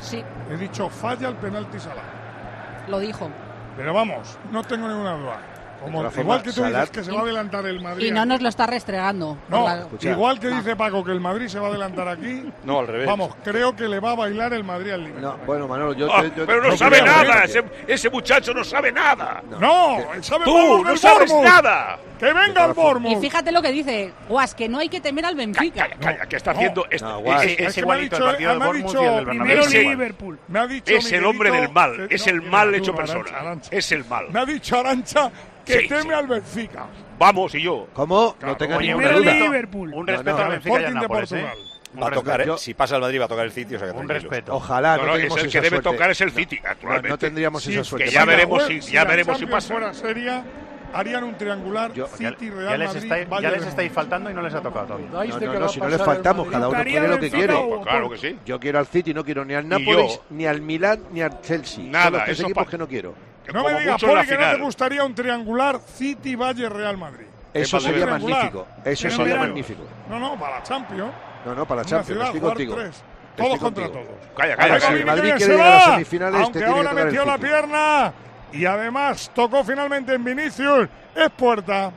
Sí.
He dicho falla el penalti Salah.
Lo dijo.
Pero vamos, no tengo ninguna duda. Como-
todas
igual
formas,
que tú dices
Salah-
que se va a adelantar el Madrid.
Y no nos lo está restregando.
No,
Por la-
igual que dice Paco que el Madrid se va a adelantar aquí.
No, al revés.
Vamos, creo que le va a bailar el Madrid al Liverpool.
No, bueno, Manolo, yo.
Ah,
yo- yo-
pero no,
yo
sabe
creo-
nada, ese, ese muchacho no sabe nada.
No, sabe
Tú
Bormos
no
del
sabes
Bormos.
nada.
Que venga el
Y
Bormos.
fíjate lo que dice, guas, que no hay que temer al Benfica.
Calla, que está haciendo. es,
este- no,
es-
guay.
es-
Es que
es
me ha
igualito
dicho-
el partido del
me ha
Bournemouth
dicho
y el del Bernabéu.
primero
Es igual.
Liverpool. Me ha dicho
Es el
Miguelito
hombre del mal,
que-
es
no,
el
mira,
mal
tú,
hecho
Arancha,
persona.
Arancha.
Es el mal.
Me ha dicho Arancha que
Sí,
teme
sí.
al Benfica.
Vamos y yo.
¿Cómo?
Claro,
no tengas
oye,
ninguna
un
duda.
respeto-
Liverpool.
Un respeto
No, no,
al
no,
Benfica y al
Sporting de
Nápoles, ¿eh?
Portugal.
Un
Va a tocar,
respeto.
¿eh? Si pasa el Madrid, va a tocar el sitio. Un respeto.
Ojalá,
No,
no,
no, es
tengamos
el
esa
que debe
suerte.
tocar es el City,
No,
naturalmente.
no tendríamos
Sí,
esa
que
suerte.
ya
la
veremos
web-
si- ya
la
veremos si
Champions
pasa.
fuera seria, harían un triangular
Ya,
City,
ya
Real
les,
Madrid,
estáis, ya
Bayern
les estáis faltando y no les ha tocado todavía.
No, no, no, si no les faltamos, cada uno quiere lo que quiere.
claro que sí.
Yo quiero al City, no quiero ni al
Ni
Nápoles,
yo.
ni al Milán, ni al Chelsea. Son
Nada,
los tres
eso
equipos
pa-
que no quiero.
No me
como
digas,
mucho en la
Poli, que no te
final.
gustaría un triangular City, Valle, Real Madrid.
Eso
Un
sería
triangular.
magnífico. Eso
En
sería
verano.
magnífico.
No, no, para la Champions.
No, no, para la
Una
Champions,
ciudad,
estoy
jugar
contigo.
tres.
Estoy
Todos contra
contigo.
todos.
Calla,
Ahora,
calla.
si
calla.
el Madrid
Mira,
quiere
se
llegar a las
va. Ah.
semifinales,
Aunque
este tiene que
ahora
tocar el
metió la
City.
pierna y además tocó finalmente en Vinicius. Es puerta.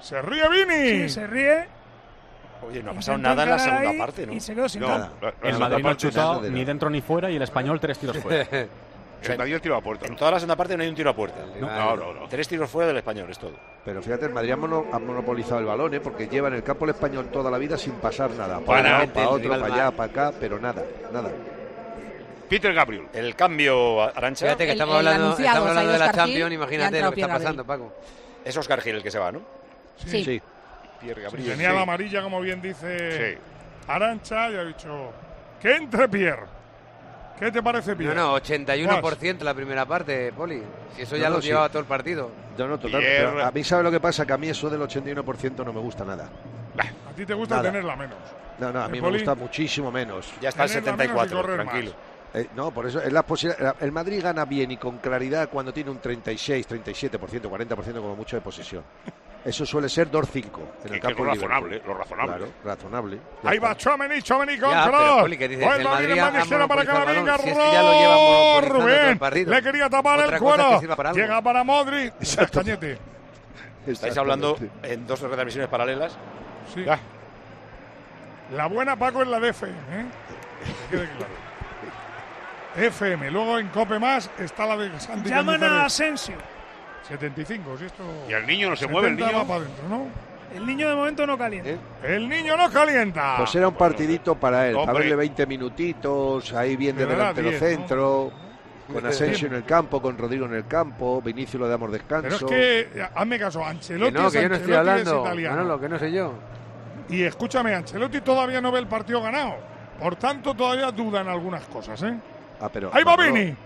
Se ríe Vini.
Sí, se ríe.
Oye, no ha
Intentó
pasado nada en la
encarar
segunda
ahí
parte, ¿no?
Y se quedó sin
No,
nada.
la- la
El
segunda
Madrid no ha
parte,
chutado
nada de
ni
nada.
dentro ni fuera y el español tres tiros fuera.
El Madrid tiro a puerta.
En toda la segunda parte no hay un tiro a puerta.
No, no, no.
Tres tiros fuera del español, es todo.
eh, Pero fíjate, el Madrid ha, mono- ha monopolizado el balón, ¿eh? porque lleva en el campo el español toda la vida sin pasar nada. Para,
Para-
para, para
el
otro,
rival
para allá, para acá, pero nada, nada.
Peter Gabriel.
El cambio, Arancha.
Fíjate que El- estamos el hablando- anunciado, estamos o sea, hablando de la Oscar Gil Champions, y han imagínate lo que está traído a Piedra pasando,
Es Oscar Gil el que se va, ¿no?
Sí. Sí.
Pierre Gabriel.
Tenía la amarilla, como bien dice Arancha, y ha dicho que entre Pierre. ¿Qué te parece,
No,
Pierre?
no, 81% la primera parte, Poli. Si eso ya
No, no,
lo
sí.
llevaba todo el partido.
No, no, total.
Pierre.
pero ah, a mí, ¿sabe lo que pasa? Que a mí eso del 81% no me gusta nada.
A ti te gusta
Nada.
tenerla menos.
No, no, a mí
Eh,
me
Poli.
gusta muchísimo menos.
Ya está el
Tenerla menos y
74,
correr más.
tranquilo.
Eh, no, por eso es las posibilidades. El Madrid gana bien y con claridad cuando tiene un 36, 37%, 40% como mucho de posesión. Eso suele ser 2-5 en el
Que- que
campo
lo
de Liverpool.
¿eh?
razonable, lo razonable.
Claro, razonable. Ya
Ahí
está.
va Chouameni, Chouameni con
Ya, pero,
cross.
Poli, que dices,
Buen
el
balón
Madrid
de mano
ha
izquierda para
monopolizado el
Camavinga,
balón, si es que ya lo lleva monopolizando todo el
Rubén.
partido.
Le quería tapar
Otra
el
cosa es que
cuero.
sirva para algo.
Llega para Modric. Cañete.
Estáis hablando en dos retransmisiones paralelas.
Sí. La buena Paco es la de FM, ¿eh? Que quede claro. FM, luego en Cope Más está la de Santi
Llaman
Cañizares.
a Asensio.
75, si esto...
Y el niño no se mueve, el
70 va
niño.
para adentro, ¿no?
El niño de momento no calienta.
El niño no calienta.
¿Eh? Pues era un partidito para él, para
Hombre.
verle 20 minutitos, ahí bien de
Le dará
delantero
10,
centro, con
Bien.
Asensio en el campo, con Rodrigo en el campo, Vinicio lo damos
Pero es
descanso.
que, eh, hazme caso, Ancelotti
Que no,
es
que yo no estoy
Ancelotti, es
hablando.
italiano.
Manolo, que no sé yo.
Y escúchame, Ancelotti todavía no ve el partido ganado. Por tanto, todavía dudan algunas cosas, ¿eh?
Ah, pero,
Ahí va
Manolo,
Vini.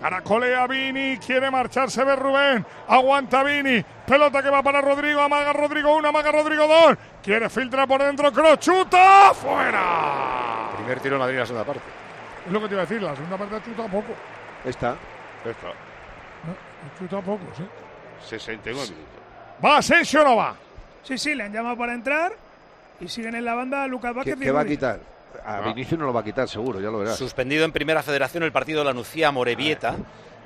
Caracolea Vini, quiere marcharse ve Rubén, aguanta Vini, pelota que va para Rodrigo, amaga Rodrigo 1, amaga Rodrigo 2, quiere filtrar por dentro, Kroos, chuta, fuera.
Primer tiro en Madrid en la segunda parte.
Es lo que te iba a decir, la segunda parte ha chutado poco,
Está.
Está.
ha chutado poco, sí.
69 minutos.
¿Va Asensio o no va?
Sí, sí, le han llamado para entrar y siguen en la banda Lucas
¿Qué,
Vázquez y
qué va a
Modric.
quitar? A
Ah.
Vinicio no lo va a quitar seguro, ya lo verás.
Suspendido en primera federación el partido de la Nucía Morevieta.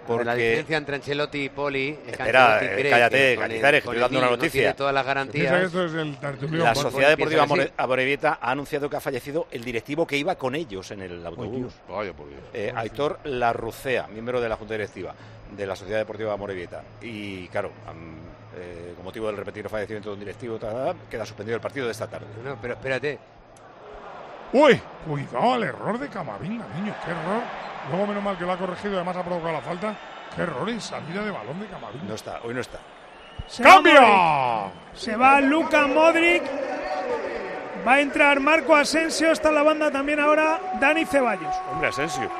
Porque Ah, la
Porque
diferencia entre Ancelotti y Poli es que
Espera,
Ancelotti
eh,
cree
cállate,
que con el-
Cañizares, que
con
estoy
el
dando una
niño no
noticia.
tiene todas las
Piensa que
garantías.
esto es el tertulión.
la
Paco.
piensa
Sociedad Deportiva
que
More- Amorebieta ha anunciado que ha fallecido el directivo que iba con ellos en el autobús.
Vaya por Dios.
Eh, Aitor Larrucea, miembro de la Junta Directiva de la Sociedad Deportiva Morevieta. Y claro, am- eh, con motivo del repetido fallecimiento de un directivo, ta, ta, ta, queda suspendido el partido de esta tarde.
No, pero espérate.
Uy, cuidado el error de Camavinga, niño, qué error. Luego menos mal que lo ha corregido, además ha provocado la falta. Qué error en salida de balón de Camavinga.
No está, hoy no está.
Se va
¡Cambio!
Modric. Se va Luca Modric. Va a entrar Marco Asensio. Está en la banda también ahora Dani Ceballos.
Hombre, Asensio.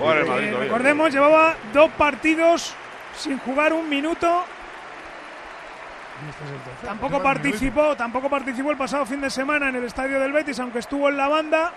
Joder, el Madrid
Eh,
todavía.
recordemos, llevaba dos partidos sin jugar un minuto. Tampoco participó, tampoco participó el pasado fin de semana en el estadio del Betis, aunque estuvo en la banda.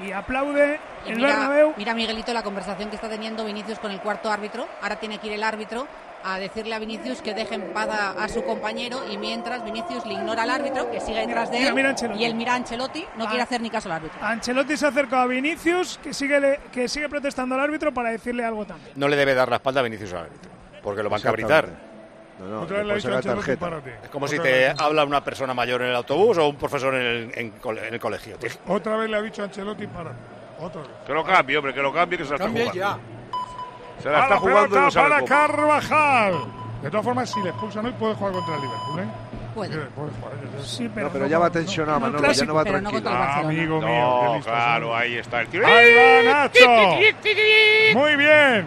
Y aplaude
Y
el
mira,
Bernabéu.
mira, Miguelito, la conversación que está teniendo Vinicius con el cuarto árbitro. Ahora tiene que ir el árbitro a decirle a Vinicius que deje en paz a, a su compañero y mientras Vinicius le ignora al árbitro, que sigue detrás de
Mira,
él,
mira Ancelotti.
y él mira a Ancelotti, no
Ah.
quiere hacer ni caso al árbitro.
Ancelotti se acerca a Vinicius, que sigue, le- que sigue protestando al árbitro para decirle algo también.
No le debe dar la espalda a Vinicius al árbitro. Porque lo van a cabritar.
No, no,
Otra vez le
le
ha dicho
pone la
Ancelotti,
tarjeta.
párate.
Es como si
Otra
te
vez.
habla una persona mayor en el autobús o un profesor en el, en cole- en el colegio. tío.
Otra vez le ha dicho Ancelotti para. Otra vez.
Que lo cambie, hombre, que lo cambie, que se la está
Cambie
jugando.
ya.
Se la
A
está jugando y
pelota
no sabe
para
cómo.
Carvajal. De todas formas, si le expulsan hoy, puede jugar contra el Liverpool, ¿eh?
Puede.
jugar, ¿eh?
Sí,
pero No, pero no- ya va tensionado, no, Manolo, ya clásico, no va pero no tranquilo. contra el
Ah,
Barcelona.
amigo
No,
mío. qué listo
claro,
soy.
ahí está el tiro. ¡Eh!
Ahí va Nacho. Muy bien.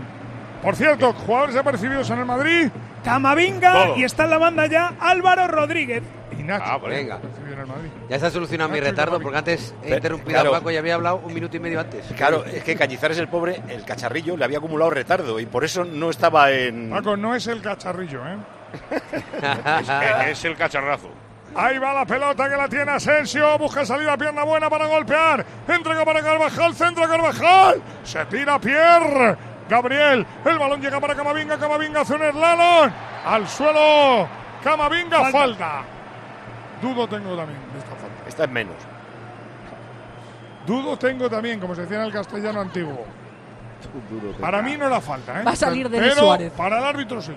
Por cierto, jugadores apercibidos en el Madrid.
Camavinga
Todo.
y está en la banda ya Álvaro Rodríguez.
Y Nacho.
Ah, pues venga.
Apercibido en el Madrid.
Ya está solucionado mi retardo porque antes he
Pe-
interrumpido
claro.
a Paco y había hablado un minuto y medio antes.
Claro, es que Cañizares el pobre, el cacharrillo, le había acumulado retardo y por eso no estaba en.
Paco, no es el cacharrillo, ¿eh?
Es, es el cacharrazo.
Ahí va la pelota que la tiene Asensio. Busca salida, pierna buena para golpear. Entrega para Carvajal, centro Carvajal. Se tira Pierre. Gabriel, el balón llega para Camavinga. Camavinga hace un slalom. Al suelo. Camavinga, falta. Dudo tengo también de esta falta.
Esta es menos.
Dudo tengo también, como se decía en el castellano antiguo. Para mí no era falta, ¿eh?
Va a salir Denis
Pero
Suárez.
Para el árbitro sí.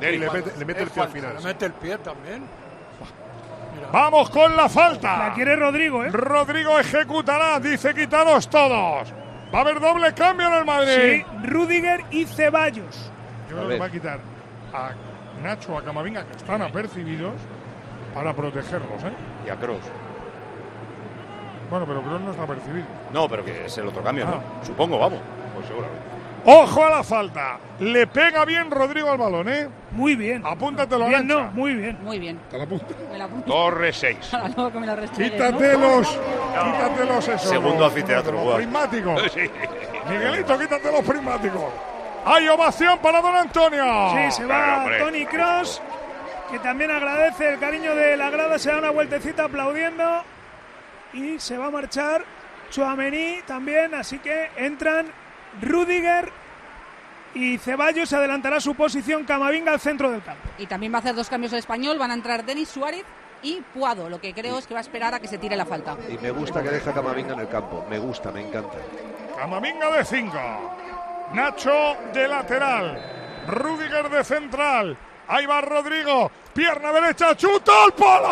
Y le
Suárez.
mete, le mete el
Es
pie al
falta.
final.
Le
mete el pie también.
Vamos con la falta. La
quiere Rodrigo, ¿eh?
Rodrigo ejecutará, dice quitaros todos. Va a haber doble cambio en el Madrid.
Sí, Rudiger y Ceballos.
Yo creo que va a quitar a Nacho, a Camavinga, que están apercibidos, para protegerlos, ¿eh?
Y a Kroos.
Bueno, pero Kroos no está apercibido.
No, pero que es el otro cambio, ¿no?
Ah.
Supongo, vamos. Pues seguramente.
¡Ojo a la falta! Le pega bien Rodrigo al balón, ¿eh?
Muy bien.
Apúntatelo,
Bien,
Arancha.
no, muy bien.
Muy bien.
Te la apunto.
Me la apunto.
Torre 6.
Ahora luego que me la restregues, ¿no?
Quítatelos, quítatelos esos.
Segundo
los-
anfiteatro,
los
guau.
prismáticos. Miguelito, quítate los prismáticos. Hay ovación para Don Antonio.
Sí, se va Tony Cross, que también agradece el cariño de la grada, se da una vueltecita aplaudiendo y se va a marchar Chuamení también, así que entran Rudiger y Ceballos se adelantará su posición Camavinga al centro del campo.
Y también va a hacer dos cambios el español. Van a entrar Denis Suárez y Puado. Lo que creo es que va a esperar a que se tire la falta.
Y me gusta que deja Camavinga en el campo. Me gusta, me encanta.
Camaminga de 5. Nacho de lateral. Rudiger de central. Ahí va Rodrigo. Pierna derecha. Chuta al palo.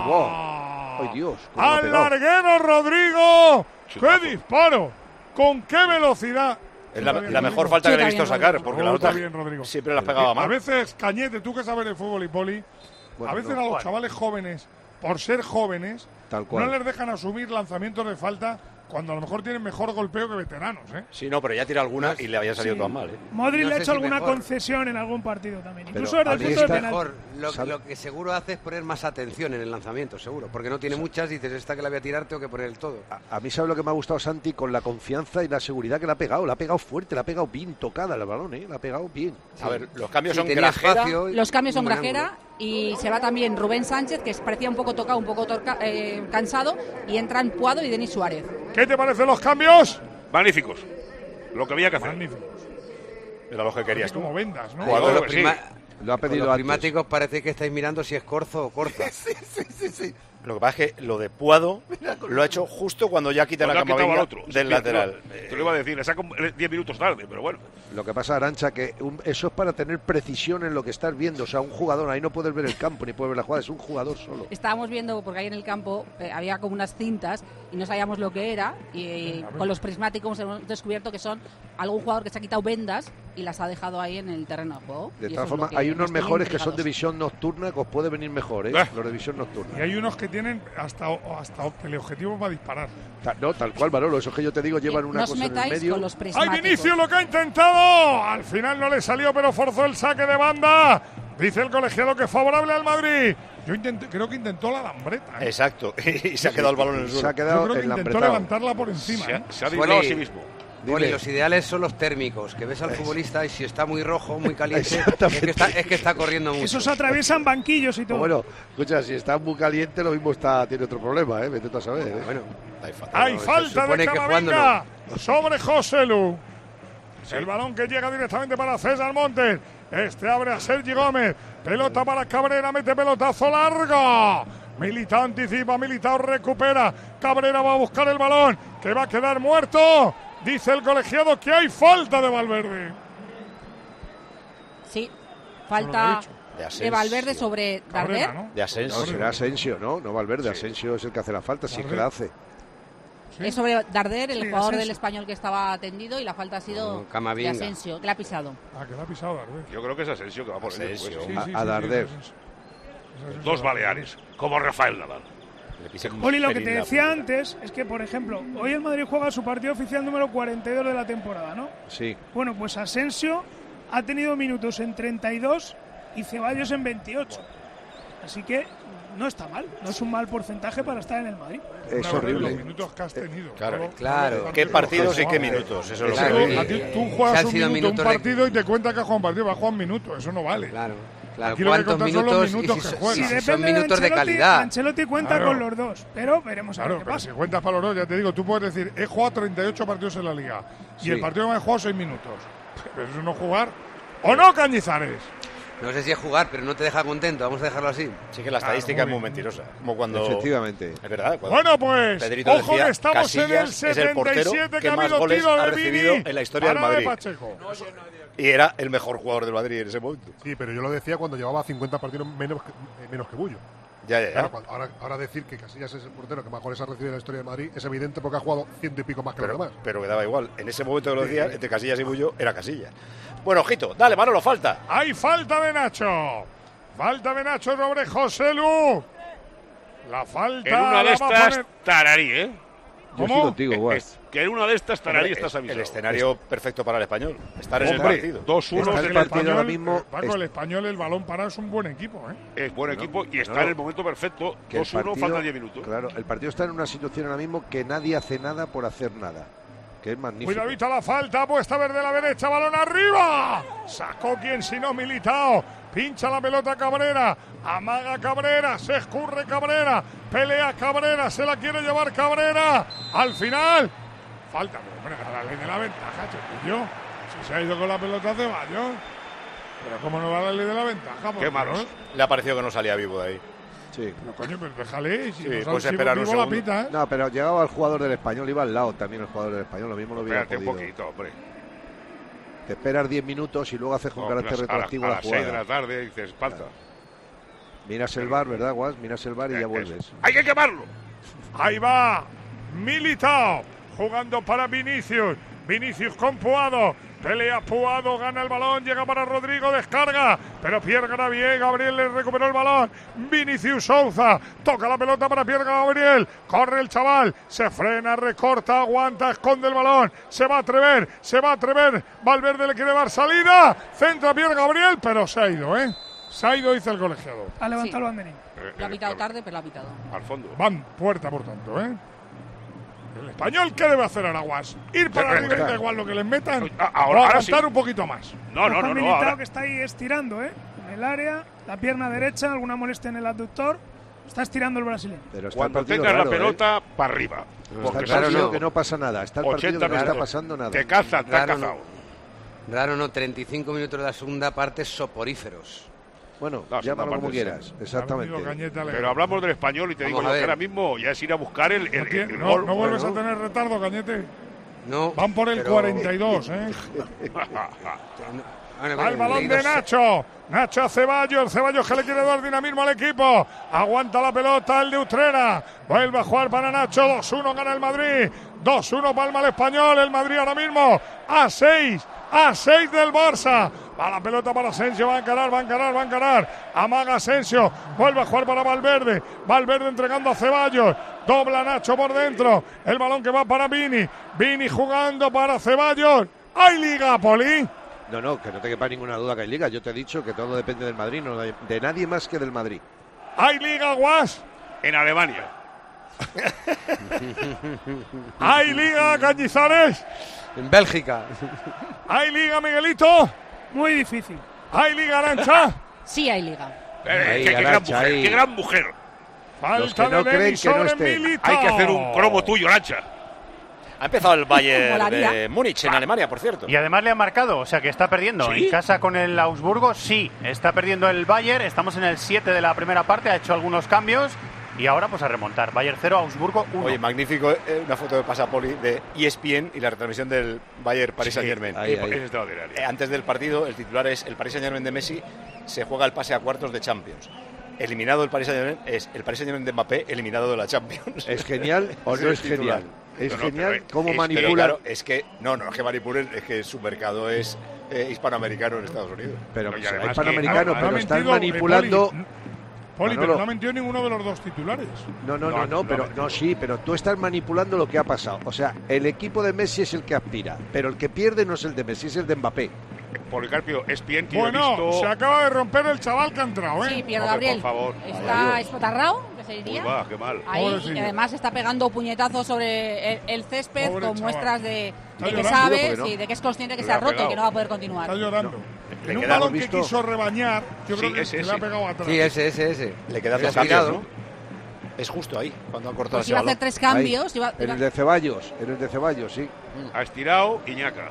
¡Ay, va! ¡Ay, Dios! cómo la ha
Ah. Al
pegado.
larguero Rodrigo. ¡Qué disparo! ¿Con qué velocidad?
Es la, la mejor falta que le he visto sacar, porque la
Chuta
otra
bien, Rodrigo.
siempre las pegaba
A
mal.
veces, Cañete, tú que sabes de fútbol y poli,
Bueno,
a veces
no.
a los
Bueno.
chavales jóvenes, por ser jóvenes,
Tal cual.
no les dejan asumir lanzamientos de falta cuando a lo mejor tienen mejor golpeo que veteranos, ¿eh? Pues
Sí, no, pero ya tira alguna y le había salido
Sí.
todas mal, ¿eh?
Modric
No
le ha
sé
hecho
si
alguna
mejor.
concesión en algún partido también,
Pero
incluso desde
a
el
mí
punto de
está
penalti.
mejor. Lo, lo que seguro hace es poner más atención en el lanzamiento, seguro. Porque no tiene muchas, dices, esta que la voy a tirar, tengo que poner el todo.
A mí sabe lo que me ha gustado Santi con la confianza y la seguridad que la ha pegado. La ha pegado fuerte, la ha pegado bien tocada el balón, ¿eh? La ha pegado bien.
A ver, los cambios son
grajera.
Grajera.
Los cambios son Grajera y se va también Rubén Sánchez, que parecía un poco tocado, un poco torca- eh, cansado, y entran Puado y Denis Suárez.
¿Qué te parecen los cambios?
Magníficos. Lo que había que hacer.
Era lo que querías
tú. Como vendas, ¿no?
Jugador,
Jugador,
los
sí.
Lo ha
pedido los primáticos parece que estáis mirando si es corzo o corza.
Lo que pasa es que lo de Puado lo ha hecho justo cuando ya quitan
Cuando
a
ha quitado al
Camavinga
otro.
del
Mira,
lateral.
te lo- Te lo iba a decir, le saca 10 minutos tarde, pero bueno.
Lo que pasa, Arancha, que un- eso es para tener precisión en lo que estás viendo. O sea, un jugador, ahí no puedes ver el campo ni puedes ver la jugada, es un jugador solo.
Estábamos viendo, porque ahí en el campo eh, había como unas cintas y no sabíamos lo que era, y eh, con los prismáticos hemos descubierto que son algún jugador que se ha quitado vendas y las ha dejado ahí en el terreno de juego. Y
De
eso
todas
es lo
formas,
que
hay
nos
unos
tiene
mejores que son
intrigados.
de visión nocturna que os puede venir mejor, ¿eh? Los de visión
Y
nocturna.
hay unos que tienen hasta, hasta teleobjetivo para disparar.
Ta- No, tal cual, Manolo, eso que yo te digo, llevan una
Eh, nos
cosa en el
metáis
medio.
con los ¡Ay, Vinicius lo que ha intentado! Al final no le salió, pero forzó el saque de banda. Dice el colegiado que es favorable al Madrid. Yo intenté- creo que intentó la lambreta. ¿eh?
Exacto, y se ha quedado el balón en el suelo.
Yo creo que intentó levantarla por encima. ¿eh?
Poli, Poli, los ideales son los térmicos, que ves al futbolista y si está muy rojo, muy caliente, es que está, es que está corriendo mucho.
Esos
atraviesan banquillos y
todo. Bueno, escucha, si está muy caliente, lo mismo está tiene otro problema, ¿eh? Vete tú a saber. ¿eh? Bueno,
hay falta.
Hay falta de Camavinga sobre José Lu. El balón que llega directamente para César Montes. Este abre a Sergi Gómez. Pelota para Cabrera, mete pelotazo largo. Militao anticipa, Militao recupera. Cabrera va a buscar el balón, que va a quedar muerto. Dice el colegiado que hay falta de Valverde.
falta
De
de,
Asensio.
Valverde sobre Darder.
De Asensio.
No, será Asensio, ¿no? No Valverde, Asensio es el que hace la falta, si es que la hace.
Es sobre Darder, el
Sí,
jugador
Asensio.
del español que estaba atendido y la falta ha sido
No, Camavinga.
de Asensio, que la ha pisado.
Ah, que la ha pisado Darder.
Yo creo que es Asensio que va por él.
Asensio.
después.
Sí, sí, A- sí, a sí, Darder.
Dos baleares, como Rafael Nadal.
Oli, lo que te decía antes es que, por ejemplo, hoy el Madrid juega su partido oficial número 42 de la temporada, ¿no?
Sí.
Bueno, pues Asensio ha tenido minutos en 32 y Ceballos en 28. Así que no está mal, no es un mal porcentaje para estar en el Madrid.
Es
Una vez
horrible.
Los minutos que has
Eh,
tenido.
Claro,
Solo-
claro. ¿Qué partidos y qué minutos? Eso es lo
Claro,
que
a ti
Eh,
tú juegas un minuto un partido y te cuentas que has jugado un partido, vas a jugar un minuto, eso no vale.
Claro, claro.
Aquí lo que
¿Cuántos
contan son los
minutos y
minutos
si
que
son-
juegas.
y si son minutos de calidad?
Ancelotti cuenta
Claro.
con los dos, pero veremos a
Claro,
ver qué
pero
pasa.
si cuentas para los dos, ya te digo, tú puedes decir, he jugado 38 partidos en la liga
Sí.
y el partido que más he jugado 6 minutos. Pero eso no es jugar. ¿O no, Cañizares?
No sé si es jugar, pero no te deja contento. Vamos a dejarlo así.
Sí, que la estadística es muy mentirosa. Como cuando.
Ah, Efectivamente.
Es verdad. cuando
Bueno, pues,
Pedrito
ojo
decía,
que estamos en el
Casillas es el portero
77,
que
ha
más
habido
goles
tiro de
ha recibido
Vini.
en la historia del
Parada de
Madrid.
Pacheco.
Y era el mejor jugador del Madrid en ese momento.
Sí, pero yo lo decía cuando llevaba 50 partidos menos que, eh, menos que Bullo.
Ya, ya, ya.
Claro, cuando- ahora, ahora decir que Casillas es el portero que más goles ha recibido en la historia de Madrid es evidente porque ha jugado ciento y pico más que los
Pero,
demás.
pero quedaba igual. En ese momento que lo decía, entre Casillas y Bullo, era Casillas. Bueno, ojito, dale, Manolo, falta.
Hay falta de Nacho. Falta de Nacho sobre José Lu. La falta.
En una
la
de
va a
estas,
poner-
Tararí, ¿eh?
Yo ¿Cómo? sí
contigo, Guas.
Es- Eh, Que en una de estas, Tararí,
Hombre,
estás
es
avisado.
El escenario perfecto para el español. Estar en el
Hombre,
partido.
2-1
Está el partido ahora mismo.
Eh, Paco, el español, el balón parado es un buen equipo, ¿eh?
Es buen equipo y está
no.
en el momento perfecto.
que el
2-1,
partido-
faltan 10 minutos.
Claro, el partido está en una situación ahora mismo que nadie hace nada por hacer nada. Que es magnífico.
Cuidadito a la falta, puesta verde a la derecha, balón arriba. Sacó quien si no militado. Pincha la pelota Cabrera, amaga Cabrera, se escurre Cabrera, pelea Cabrera, se la quiere llevar Cabrera. Al final, falta, pero, hombre, a la ley de la ventaja, chiquillo. Si se ha ido con la pelota Ceballos, pero ¿cómo no va a la ley de la ventaja? por
Qué
favor?
malos. Le ha parecido que no salía vivo de ahí.
Sí.
Pero coño, pero déjale. Si
Sí,
nos han
puedes
sido
esperar un
vivo la
segundo.
pita, ¿eh?
No, pero llegaba el jugador del español, iba al lado también el jugador del español, lo mismo lo hubiera
Espérate un
podido.
poquito, hombre.
Te esperas 10 minutos y luego haces con
No,
carácter
a Oh, las-
retroactivo
a
la
las 6 de
jugada.
la tarde dices, falta.
Miras el bar, ¿verdad, Guas? Miras el bar y ya vuelves.
¡Hay que quemarlo!
Ahí va Militao jugando para Vinicius. Vinicius con Puado. Pelea Puado, gana el balón, llega para Rodrigo, descarga, pero Pierre Gabriel, Gabriel le recuperó el balón. Vinicius Souza toca la pelota para Pierre Gabriel, corre el chaval, se frena, recorta, aguanta, esconde el balón, se va a atrever, se va a atrever. Valverde le quiere dar salida, centra Pierre Gabriel, pero se ha ido, ¿eh? Se ha ido, dice el colegiado.
Ha levantado el banderín.
Lo ha pitado tarde, pero lo ha pitado.
Eh, Al fondo.
Van puerta, por tanto, ¿eh? El español, ¿qué debe hacer Araguas? Ir para
Eh,
arriba y
eh,
da igual lo que les metan.
Ah, ahora-
o
ahora
aguantar
sí.
un poquito más.
No, no,
Ojo a
no, no.
Militao,
Ahora,
que está ahí estirando, ¿eh? En el área, la pierna derecha, alguna molestia en el abductor. Está estirando el brasileño.
Pero está el
cuando
partido
tengas
raro,
la
¿eh?
pelota, para arriba.
Está
Porque
el partido
no.
que no pasa nada. Está el partido
80
que no está
minutos.
pasando nada.
Te caza, te ha
Claro,
cazado.
no. Raro no, 35 minutos de la segunda parte soporíferos.
Bueno,
No, sí,
llámalo
no,
como
aparte, sí.
quieras. Exactamente.
Pero hablamos del español y te
Vamos
digo
a
yo que
ver.
ahora mismo ya es ir a buscar el, el- el
No,
gol.
no vuelves a tener retardo, Cañete.
No,
Van por el
pero-
42, ¿eh?
Bueno,
Al
bueno,
balón de
leídos.
Nacho. Nacho a Ceballos. Ceballos que le quiere dar dinamismo al equipo. Aguanta la pelota el de Utrera. Vuelve a jugar para Nacho. 2-1 gana el Madrid. 2-1 palma el español. El Madrid ahora mismo a 6. A 6 del Barça. Va la pelota para Asensio. Va a encarar, va a encarar, va a encarar. Amaga Asensio. Vuelve a jugar para Valverde. Valverde entregando a Ceballos. Dobla Nacho por dentro. El balón que va para Vini. Vini jugando para Ceballos. ¡Hay liga, Poli!
No, no, que no te quepa ninguna duda que hay liga. Yo te he dicho que todo depende del Madrid, no de, de nadie más que del Madrid.
Hay liga, Guas.
En Alemania.
Hay liga, Cañizares.
En Bélgica.
Hay liga, Miguelito.
Muy difícil.
Hay liga, Arancha.
Sí hay liga.
Eh,
Ahí,
qué, gran
Arancha,
mujer,
ahí.
qué gran mujer.
Los
Falta
que no
de
creen
Denis
que no
sobre
estén.
Militao.
Hay que hacer un cromo tuyo, Lancha.
Ha empezado el Bayern
Molaría.
de Múnich en Alemania, por cierto.
Y además le han marcado, o sea que está perdiendo.
¿Sí?
En casa con el Augsburgo, sí. Está perdiendo el Bayern. Estamos en el 7 de la primera parte, ha hecho algunos cambios. Y ahora pues a remontar. Bayern 0, Augsburgo 1.
Oye, magnífico, eh, una foto de Pasapoli de E ESPN y la retransmisión del Bayern Paris Eh, Saint Germain.
ahí, ahí.
Es extraordinario.
Antes del partido, el titular es el Paris Saint Germain de Messi se juega el pase a cuartos de Champions. Eliminado el Paris Saint-Germain es el Paris Saint-Germain de Mbappé eliminado de la Champions.
¿Es genial o no es
titular.
genial? Es
No, no,
genial
pero
cómo
es-
manipulan.
pero claro, es que no, no es que manipulen, es que su mercado es eh, hispanoamericano en Estados Unidos.
Pero
No, y
será
además que-
hispanoamericano,
además-
pero
no
están
mentido, eh,
manipulando.
Poli.
Poli,
Manolo.
pero no metió ninguno de los dos titulares.
No, no, no, no, pero no, sí, pero tú estás manipulando lo que ha pasado. O sea, el equipo de Messi es el que aspira, pero el que pierde no es el de Messi, es el de Mbappé.
Policarpio, es bien que yo he
Bueno,
visto...
se acaba de romper el chaval que ha entrado, ¿eh?
Sí, Pierre
Hombre,
Gabriel.
por favor.
Está
Adiós.
espatarrao, que se
Uy,
diría.
va, qué mal.
Ahí,
Pobre
y
señor.
además está pegando puñetazos sobre el, el césped
Pobre
con
chaval.
muestras de,
Está
de que
llorando.
sabe,
Seguro que no.
sí, de que es consciente que
Le
se ha
ha
roto y
pegado.
que no va a poder continuar.
Está llorando.
Le
En un
queda-
balón
¿lo
que
visto?
quiso rebañar, yo creo
Sí,
que
ese,
se le
ese.
ha pegado atrás.
Sí, ese, ese, ese.
Le queda
Era
dos cambios,
estirado.
¿no? Es justo ahí, cuando han cortado
Pues
ese
iba a
balón.
hacer tres cambios.
Ahí,
iba-
en
iba-
el de Ceballos, en el de Ceballos, sí.
Ha estirado Iñaca.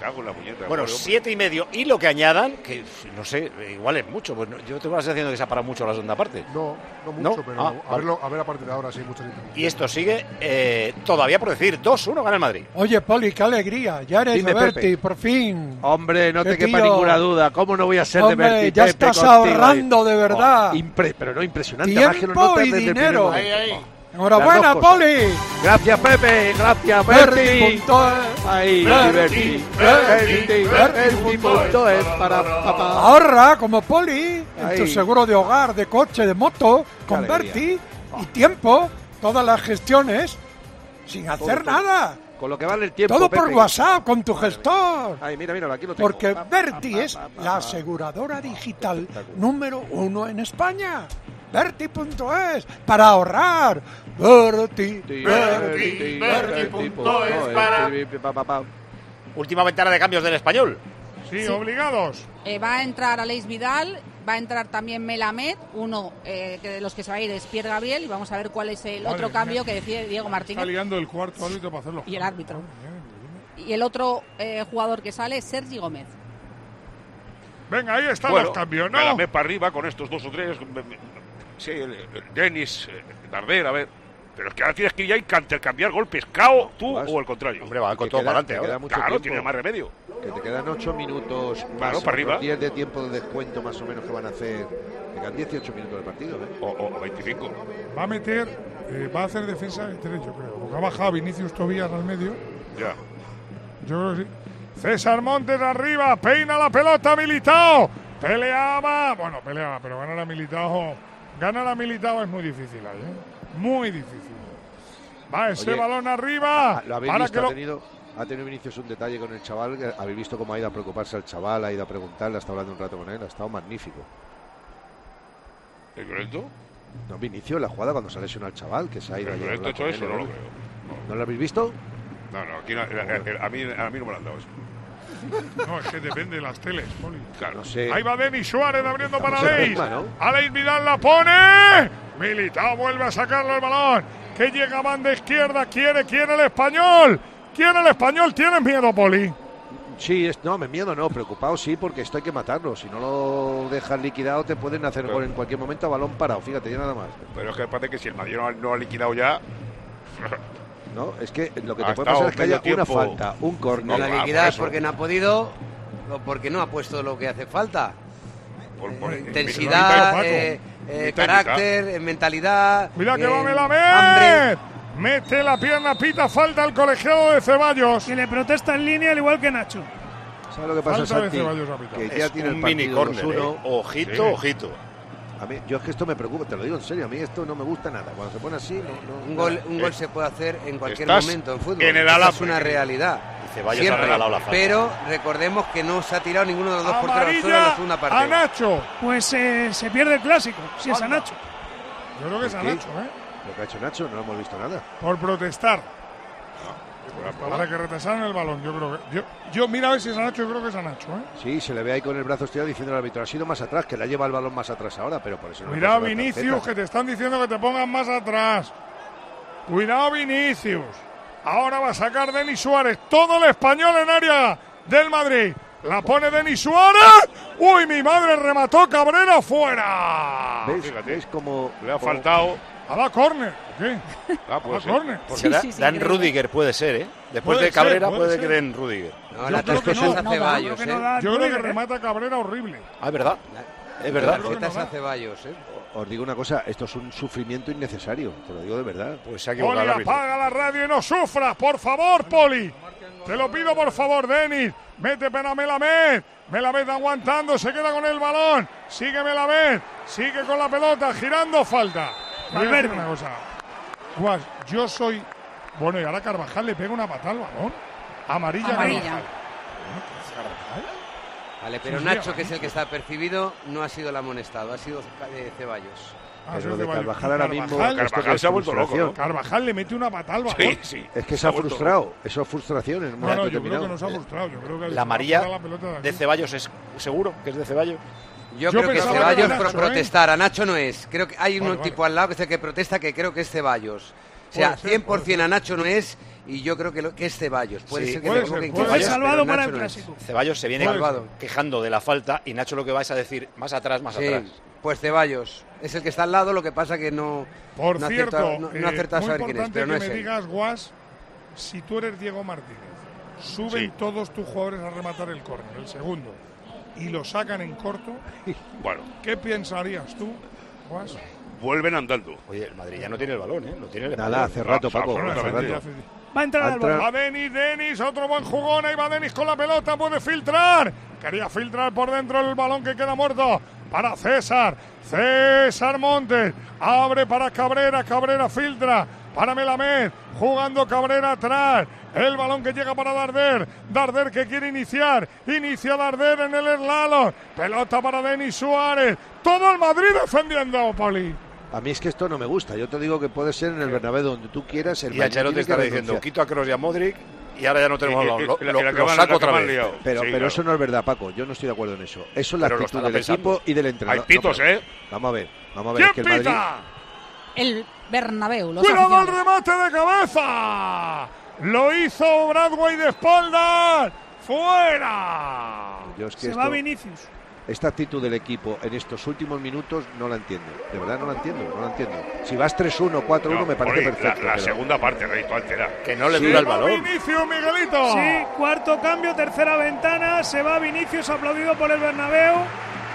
Cago en la puñeta.
Bueno,
pobre hombre.
siete y medio. Y lo que añadan, que no sé, igual es mucho. Pues no- yo tengo la sensación de que se ha parado mucho la segunda parte.
No, no mucho,
¿No?
pero
Ah,
a,
vale.
verlo, a ver a partir de ahora sí, muchas intervenciones.
Y esto sigue eh, todavía por decir. 2-1 gana el Madrid.
Oye, Poli, qué alegría. Ya eres
Dime,
Berti,
Pepe.
por fin.
Hombre, no
Qué
te quepa
tío.
ninguna duda. ¿Cómo no voy a ser
Hombre,
de Berti,
ya
Pepe,
estás
contigo?
ahorrando de verdad.
Oh, impre- pero no impresionante.
Tiempo
más que lo notas
y
desde el primer
dinero.
momento.
Enhorabuena,
Las dos cosas.
Poli.
Gracias, Pepe. Gracias, Berti. Ahí, Berti. Berti. Berti. punto es para papá.
Ahorra como Poli en
Ahí.
tu seguro de hogar, de coche, de moto, con
alegría. Ah.
Berti y tiempo, todas las gestiones, sin hacer
todo.
nada.
Con lo que vale el tiempo.
Todo por
Pepe.
WhatsApp, con tu gestor.
Ahí, mira, mira, aquí lo tengo.
Porque
Pa, pa,
Berti
pa,
es
pa, pa, Ah,
la
pa.
aseguradora digital número uno en España. Berti.es para ahorrar. Berti, Berti, Berti.
Pa, pa, pa.
Última ventana de cambios del español.
Sí, obligados.
eh, va a entrar Aleix Vidal, va a entrar también Melamed, uno eh, que de los que se va a ir es Pierre Gabriel, y vamos a ver cuál es el
Madre
otro
mía.
cambio que decide Diego
Está
Martínez
liando el cuarto árbitro para hacerlo.
y el árbitro. Y el otro eh, jugador que sale es Sergi Gómez.
Venga, ahí están
Bueno,
los cambios,
Me la
¿no?
met para arriba con estos dos o tres. me- me- Sí, el- el Denis, eh, Darder, a ver. Pero es que ahora tienes que ir ya y canter- cambiar golpes. ¿Cao tú o el contrario? Hombre, va
con todo queda- para adelante que ahora. queda mucho
Claro,
tiempo.
tiene más remedio.
Que te quedan 8 minutos. más
Claro,
otros
para arriba.
10 de tiempo de descuento más o menos que van a hacer. Te quedan 18 minutos de partido. ¿eh?
O, o 25.
Va a meter, eh, va a hacer defensa de tres, yo creo. Porque ha bajado Vinicius Tobías al medio.
Ya.
Yo creo que sí. César Montes arriba, peina la pelota, militado. Peleaba, bueno, peleaba, pero ganar a militado. Ganar a militado es muy difícil ahí, ¿eh? Muy difícil. Va ese
Oye, ah,
balón arriba.
Lo habéis
para
visto,
que
ha
lo-
tenido, ha tenido Vinicius un detalle con el chaval. que Habéis visto cómo ha ido a preocuparse al chaval, ha ido a preguntarle, ha estado hablando un rato con él, ha estado magnífico.
¿El violento?
No, Vinicius, la jugada cuando se lesiona al chaval, que se ha ido
¿El
ahí a
violento ha
hablar
hecho
con
eso?
él,
No lo
¿eh?
creo.
¿No lo habéis visto?
No, no, aquí no- eh, eh, a, mí, a mí no me lo han dado eso.
No, es que depende de las teles, Poli.
Claro.
Ahí va Denis Suárez abriendo para
Estamos en la
Aleix.
misma, ¿no?
Aleix Vidal la pone. Militao vuelve a sacarle el balón. Que llega banda izquierda. Quiere, quiere el español. Quiere el español. Tienes miedo, Poli.
Sí, es, no, me miedo no, preocupado sí, porque esto hay que matarlo. Si no lo dejas liquidado, te pueden hacer gol en cualquier momento a balón parado. Fíjate, ya nada más.
Pero es que parece que si el Madrid no, ha- no ha liquidado ya.
No, es que lo que
Ha
te puede pasar
estado
es que haya
medio
una
tiempo.
falta,
Pues
un Ah,
No
córner.
la liquidad porque no ha podido o porque no ha puesto lo que hace falta. Eh,
mitad y
intensidad,
cuatro.
eh, eh,
Mitad y
carácter, eh, mentalidad.
Mira que va
eh,
Melamed. Mete la pierna, pita, falta al colegiado de Ceballos.
Que le protesta en línea al igual que Nacho.
¿Sabes lo que pasa,
Falta de
Santi?
Ceballos, capitán.
Que ya
Es
tiene
un
el
mini
partido
córner,
2-1.
¿eh? Ojito, Sí. ojito.
A mí, yo es que esto me preocupa, te lo digo en serio, a mí esto no me gusta nada. Cuando se pone así, no, no-
Un gol, un gol
Eh,
se puede hacer en cualquier
estás
momento en fútbol.
en el
Esa es
alambre.
una realidad.
Y Ceballos ha
Siempre.
regalado la falta.
Pero recordemos que no se ha tirado ninguno de los dos porteros solo en la segunda parte.
Nacho.
Pues eh, se pierde el clásico, si es a Nacho.
Yo creo que es a
¿Qué?
Nacho, ¿eh?
Lo que ha hecho Nacho, no lo hemos visto nada.
Por protestar. Para que retrasaron el balón, yo creo que. Yo, yo mira a ver si es a Nacho, yo creo que es a Nacho, ¿eh.
Sí, se le ve ahí con el brazo estirado diciendo al árbitro, ha sido más atrás, que le ha llevado el balón más atrás ahora, pero por eso no le
Cuidado,
pasa la tarjeta.
Vinicius, que te están diciendo que te pongas más atrás. Cuidado, Vinicius. Ahora va a sacar Denis Suárez. Todo el español en área del Madrid. La pone Denis Suárez. Uy, mi madre remató Cabrera fuera.
¿Ves? ¿Ves cómo-
Ah, Le ha
cómo-
faltado.
A la córner. ¿o ¿Qué?
Ah,
puede ser. córner.
Porque
Sí,
da-
sí, sí,
dan
creo.
Rudiger, puede ser, ¿eh? Después
Puede
de Cabrera,
ser,
puede,
puede
que
ser.
den Rudiger.
No, la Yo creo que tercera no, es a no da, Ceballos, yo creo que ¿eh? no da
Yo creo que
Rudiger, ¿eh?
remata Cabrera horrible.
Ah, es verdad. Es verdad.
Tarjetas a Ceballos, ¿eh?
Os digo una cosa, esto es un sufrimiento innecesario, te lo digo de verdad.
Pues se ha
Poli, apaga la radio y no sufras, por favor, Poli. Te lo pido, por favor, Denis. Mete pena a Melamed. Melamed aguantando, se queda con el balón. Sigue Melamed. Sigue con la pelota, girando, falta. Voy a decir
Valverde.
una cosa. Guas, yo soy... Bueno, y ahora Carvajal le pega una patada al balón. Amarilla,
Amarilla.
Carvajal.
Vale, pero
Sí, sí,
Nacho, que es
amarilla.
el que está percibido, no ha sido el amonestado, ha sido eh, Ceballos.
Pero lo de Carvajal ahora mismo.
Carvajal
esto
se
es
ha vuelto
frustración.
Carvajal le mete una patada al balón.
Es que
Se
se
ha
ha
vuelto
frustrado. Eso es frustración en un
No, no,
momento
yo creo que
determinado.
nos ha frustrado. Yo creo que
La
se va
amarilla
a la pelota
de Ceballos es seguro que es de Ceballos.
Yo, creo que
pensaba era
Ceballos
Nacho,
pro-
¿eh?
protestar, a Nacho no es. Creo que hay
Vale,
un
vale.
tipo al lado que es el que protesta que creo que es Ceballos. O sea,
Puede ser,
100% a Nacho no es y yo creo que, lo- que es Ceballos. Puede
Sí.
ser que
Puede
me
ser,
equivoque en
puede
Ceballos,
ser.
pero
Salvado
Nacho
para el
no es.
Ceballos se viene
Salvado.
quejando de la falta y Nacho lo que vais a decir más atrás, más
Sí,
atrás.
pues Ceballos. Es el que está al lado, lo que pasa que no,
Por
no
cierto,
acierta, no, no
eh,
acierta a
muy
saber quién es,
importante
pero no
que
es
me
él.
digas, Guas, si tú eres Diego Martínez, suben
Sí.
todos tus jugadores a rematar el córner, el segundo, y lo sacan en corto,
Bueno,
¿qué pensarías tú, Guas?
vuelven andando.
Oye, el Madrid ya no tiene el balón, ¿eh? Lo tiene el
Nada, hace rato, Paco. Hace
Absolutamente.
rato.
Va a entrar
al balón.
Va Denis, Denis, otro buen jugón. Ahí va Denis con la pelota, puede filtrar. Quería filtrar por dentro el balón que queda muerto para César. César Montes abre para Cabrera, Cabrera filtra para Melamed, jugando Cabrera atrás. El balón que llega para Darder, Darder que quiere iniciar, inicia Darder en el slalom. Pelota para Denis Suárez. Todo el Madrid defendiendo, Poli.
A mí es que esto no me gusta. Yo te digo que puede ser en el Bernabéu donde tú quieras. El
Y
Madrid
Ancelotti
tiene que
estará diciendo,
renunciar.
quito a Kroos y a Modric y ahora ya no tenemos
Eh,
balón.
eh,
Lo,
la-
lo-
la
lo
que van-
saco
la que
otra
van
vez.
liado. Pero,
Sí,
pero
claro.
eso no es verdad, Paco. Yo no estoy de acuerdo en eso. Eso es la
Pero
actitud
lo estará
del
pensando.
equipo y del entrenador.
Hay pitos,
No, pero- Vamos a ver. Vamos a ver.
¿eh? ¿Quién
es que el Madrid-
pita?
El Bernabéu, los
¡Cuidado el
aficionados.
remate de cabeza! Lo hizo Bradway de espaldas. ¡Fuera!
Yo es que
Se
esto-
va Vinicius.
Esta actitud del equipo en estos últimos minutos no la entiendo. De verdad no la entiendo, no la entiendo. Si vas 3-1, 4-1 me parece
Oye, la-
perfecto.
La,
pero-
segunda parte, Rey, tú altera.
Que no le
dura el balón.
Vinicius, Miguelito.
Sí, cuarto cambio, tercera ventana, se va Vinicius aplaudido por el Bernabéu.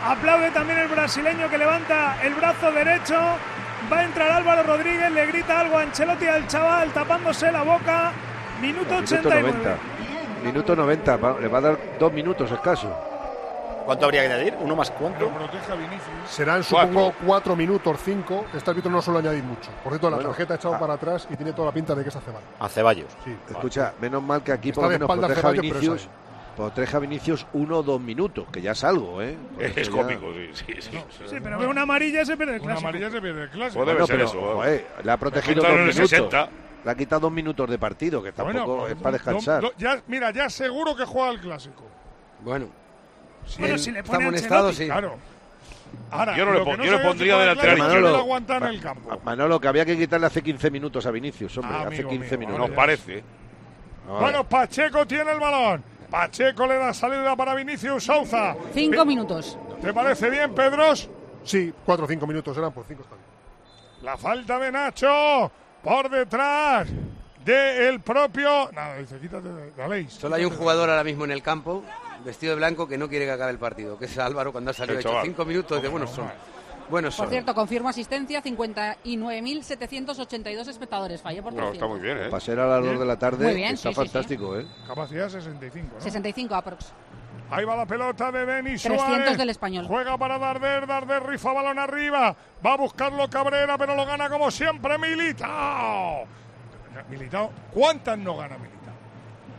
Aplaude también el brasileño que levanta el brazo derecho. Va a entrar Álvaro Rodríguez, le grita algo a Ancelotti al chaval tapándose la boca. Minuto
Minuto
89.
90. Minuto 90, va- le va a dar dos minutos escaso.
¿Cuánto habría que añadir? ¿Uno más cuánto?
Serán, supongo, cuatro minutos, cinco. Este árbitro no suele añadir mucho. Por cierto, la
Bueno,
tarjeta ha
ah.
echado para atrás y tiene toda la pinta de que se hace mal.
A Ceballos.
Escucha, menos mal que aquí
Está
por lo
de
menos
espaldas
proteja a
Ceballos, pero
Vinicius.
es
Proteja a Vinicius uno o dos minutos, que ya es algo, ¿eh? Con
Es,
eso ya-
cómico, sí, sí, sí.
Sí, pero ve una amarilla y se pierde el clásico.
Una amarilla se pierde el clásico.
Pues debe
Bueno,
ser
pero,
eso.
joder, le ha protegido
Quitaron
dos
el
minutos.
60.
Le ha quitado dos minutos de partido, que tampoco
Bueno, pues,
es para descansar.
no- no- ya, mira, ya seguro que juega el clásico.
Bueno,
Él
está amonestado, sí.
Claro. Ahora,
Yo no le
lo que
pon- yo le
sabía
pondría
si juega el
delantero
clásico,
izquierdo.
no lo aguanta en el campo.
Ma- Manolo, que había que quitarle hace 15 minutos a Vinicius, hombre,
Ah,
hace
amigo
15
mío,
minutos.
ahora ya.
parece. ¿eh?
Bueno, Pacheco tiene el balón. Pacheco le da salida para Vinicius Souza.
Cinco minutos.
¿Te parece bien, Pedros?
Sí, cuatro o cinco minutos eran por cinco. están.
La falta de Nacho por detrás del propio. Nada, dice, quítate de la ley.
Solo hay un jugador ahora mismo en el campo, vestido de blanco, que no quiere que acabe el partido, que es Álvaro cuando ha salido.
El
Ha hecho
chaval.
cinco minutos de buenos son. Buenos
Por
son.
cierto, confirmo asistencia, 59.782 espectadores. Fallé por
No,
300.
está muy
bien, ¿eh?
Para ser a las 2 de la tarde
Muy bien,
está
sí, sí, sí.
fantástico, ¿eh?
Capacidad 65. ¿no?
65 aprox.
Ahí va la pelota de Denis
300
Suárez.
del español.
Juega para Darder, Darder rifa balón arriba. Va a buscarlo Cabrera, pero lo gana como siempre Militao. Militao, ¿cuántas no gana Militao?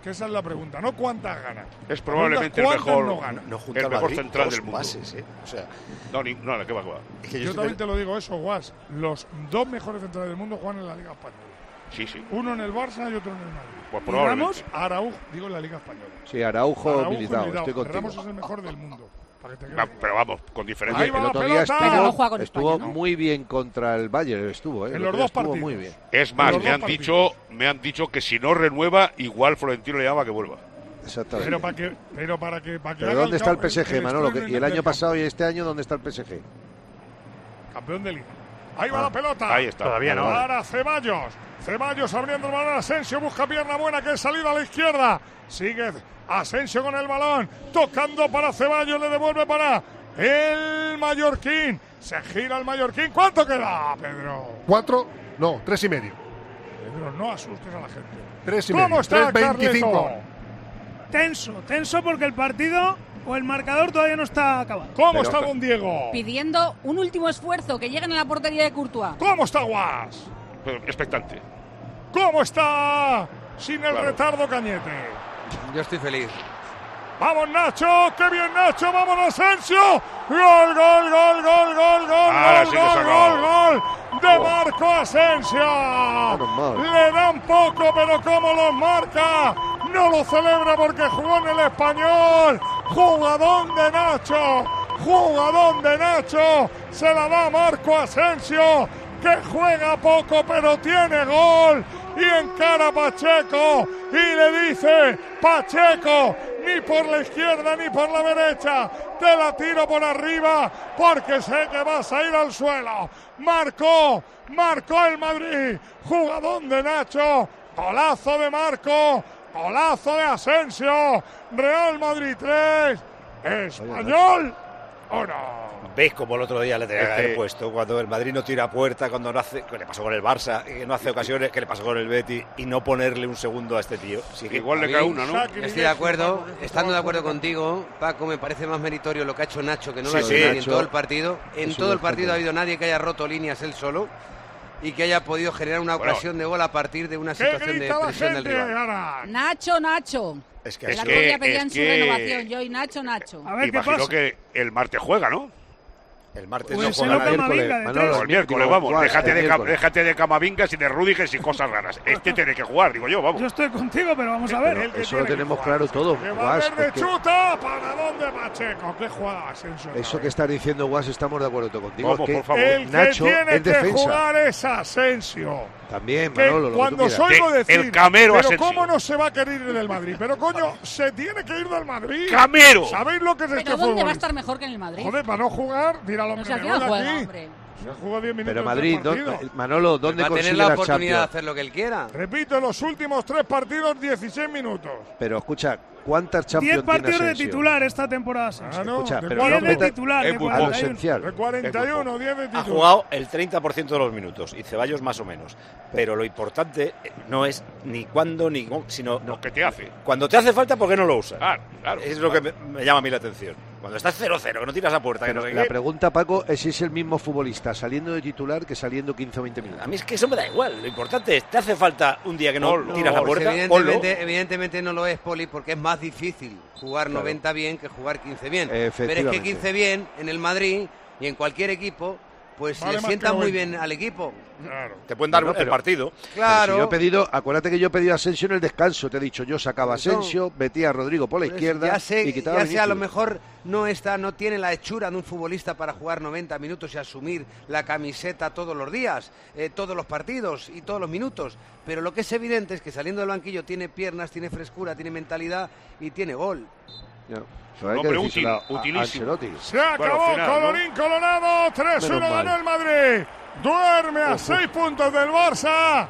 Que esa es la pregunta, no cuántas gana.
Es probablemente el
La pregunta es
mejor,
¿Cuántas no gana?
junta
el
al
mejor
Madrid
central
dos
del mundo.
pases, ¿eh? O sea,
no, ni, no, la que va, que va.
Yo, también te lo digo eso, Guas. Los dos mejores centrales del mundo juegan en la Liga Española.
Sí, sí.
Uno en el Barça y otro en el Madrid.
Pues
Y
probablemente.
Ramos, Araujo, digo en la Liga Española.
Sí, Araujo,
Araujo y
Militao,
Militao.
estoy contigo.
Ramos es el mejor del mundo. para que te
Va,
quede.
pero vamos, con diferencia.
Ahí va
el
la
otro día
pelota.
estuvo,
Pero no juega con
estuvo
España, ¿no?
muy bien contra el Bayern, estuvo, ¿eh?
En
El
los
otro día
dos
estuvo
partidos.
muy bien.
Es
Los
más,
dos
me han
partidos.
dicho, me han dicho que si no renueva, igual Florentino le llama que vuelva.
Exactamente. Pero,
Pero para que, pero para que, para que haga
¿dónde está el
cam-
PSG, Manolo?
estreno
Que- ¿Y el
en
año pasado y este año dónde está el PSG?
Campeón de liga. Ahí va la pelota.
Ah, Ahí está. Todavía no.
Para Ceballos. Ceballos abriendo el balón. Asensio busca pierna buena que es salida a la izquierda. Sigue Asensio con el balón. Tocando para Ceballos. Le devuelve para el Mallorquín. Se gira el Mallorquín. ¿Cuánto queda, Pedro?
Cuatro, no, tres y medio.
Pedro, no asustes a la gente.
Tres y
¿Cómo
medio.
está
Tres
Carleto?
Tenso, tenso porque el partido o el marcador todavía no está acabado.
¿Cómo está Don Diego?
Pidiendo un último esfuerzo, que lleguen a la portería de Courtois.
¿Cómo está Guas?
Pero expectante.
¿Cómo está sin el retardo Cañete?
Yo estoy feliz.
Vamos Nacho, qué bien Nacho, vamos Asensio. Gol, gol, gol, gol, gol, gol,
Ahora
gol,
sí que
gol,
se acabó. Oh.
gol, gol de Marco Asensio. Le dan poco, pero cómo los marca. No lo celebra porque jugó en el español. Jugadón de Nacho, jugadón de Nacho. Se la da Marco Asensio, que juega poco, pero tiene gol. Y encara a Pacheco y le dice, Pacheco, ni por la izquierda ni por la derecha. Te la tiro por arriba porque sé que vas a ir al suelo. Marcó, marcó el Madrid. Jugadón de Nacho, golazo de Marco, golazo de Asensio. Real Madrid Oh, 3, Español uno.
¿Ves como el otro día le tenía que
Es
haber
que-
puesto? Cuando el Madrid no tira a puerta, cuando no hace. que le pasó con el Barça, que no hace ocasiones, que le pasó con el Betty, y no ponerle un segundo a este tío. Sí que-
A mí, Estoy de acuerdo, estando de acuerdo contigo, Paco, me parece más meritorio lo que ha hecho Nacho, que no lo
Sí,
ha hecho
sí.
nadie en
Nacho
todo el partido. En
es
todo
un
el partido
desastre.
ha habido nadie que haya roto líneas él solo y que haya podido generar una
Bueno.
ocasión de gol a partir de una
¿Qué
situación de
grita la
presión del
gente
rival.
Nacho, Nacho.
Es
que- es
el otro
que-
día pedían
es
su
que-
renovación. Yo y Nacho, Nacho. A
Imagino que el martes juega, ¿no?
El martes
no
Pues
juega.
el Luca Mavinga de tres.
Manolo, el miércoles,
Digo,
vamos.
Guas,
Déjate
el
de, cam-
miércoles.
déjate de camavingas y de rudiges y cosas raras. Este tiene que jugar, digo yo, vamos.
Yo estoy contigo, pero vamos a
Pero
ver.
eso lo tenemos claro todos.
Que va
Guas,
verde
es que
chuta, para dónde Pacheco, qué jugada Asensio.
eso que estás diciendo, Guas, estamos de acuerdo contigo.
Vamos,
que
por favor.
El
Nacho
que tiene
es
que
defensa.
jugar es Asensio.
También,
Que
Manolo, lo que
cuando
tú
os
quieras.
oigo
Que
decir,
el Camero
pero
Asensio.
cómo no se va a querer ir del Madrid, pero coño, se tiene que ir del Madrid.
Camero.
¿Sabéis lo que es este
Pero ¿dónde va a
fútbol?
estar mejor que en el Madrid?
Joder, para no jugar, mira lo
No
que
sé, al
me
final
voy de
juega,
aquí.
hombre.
Se jugó 10 minutos
Pero
de
Madrid,
partido.
¿dónde- Manolo, ¿dónde
Va a
consigue
tener la oportunidad
Champions?
de hacer lo que él quiera.
Repito, los últimos tres partidos, 16 minutos.
Pero escucha, ¿cuántas
Diez
Champions tiene
partidos de
Asensio?
titular esta temporada. Asensio.
Escucha,
Diez
pero no
de
cuenta-
titular,
es
de
muy
41.
poco. Esencial.
De
41, 10 de
Ha
titular.
jugado el 30% de los minutos y Ceballos más o menos. Pero lo importante eh, no es ni cuándo ni cómo, sino lo
que te hace.
Cuando te hace falta, ¿por qué no lo usas?
Claro, claro,
es lo que me, me llama a mí la atención. Cuando estás 0-0, que no tiras a puerta, que no sé
La
eh,
qué,
pregunta, Paco, es si es el mismo futbolista saliendo de titular que saliendo 15 o 20 minutos.
A mí es que eso me da igual. Lo importante es, te hace falta un día que no
Ponlo.
tiras la
Pues
puerta.
Evidentemente, evidentemente no lo es, Poli, porque es más difícil jugar
Claro.
90 bien que jugar 15 bien. Pero es que
Efectivamente.
15 bien en el Madrid y en cualquier equipo, pues
Vale
le
más
sienta
que
muy
90.
bien al equipo.
Claro.
Te pueden dar
Bueno,
un- el
pero-
partido.
Claro.
Pero si yo he pedido, acuérdate que yo he pedido a Asensio en el descanso. Te he dicho, yo sacaba a Asensio, metía a Rodrigo por la
Pues
izquierda
ya sé,
y quitaba
ya sé, a lo
Vinicius.
mejor no está, no tiene la hechura de un futbolista para jugar 90 minutos y asumir la camiseta todos los días, eh, todos los partidos y todos los minutos. Pero lo que es evidente es que saliendo del banquillo tiene piernas, tiene frescura, tiene mentalidad y tiene gol.
Ya. Pero hay que
Hombre,
decírselo
útil,
a- a
utilísimo.
Ancelotti.
Se acabó,
final, ¿no?
Colorín Colorado, 3-1
Menos mal.
ganó el Madrid. Duerme a 6 puntos del Barça.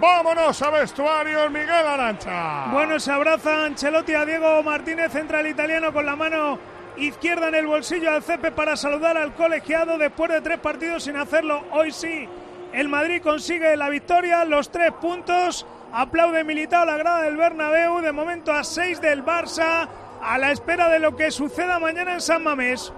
Vámonos a vestuarios, Miguel Arancha.
Bueno, se abraza Ancelotti a Diego Martínez, central italiano con la mano izquierda en el bolsillo al Cepe para saludar al colegiado después de tres partidos sin hacerlo. Hoy sí, el Madrid consigue la victoria, los tres puntos. Aplaude Militao la grada del Bernabéu, de momento a seis del Barça, a la espera de lo que suceda mañana en San Mamés.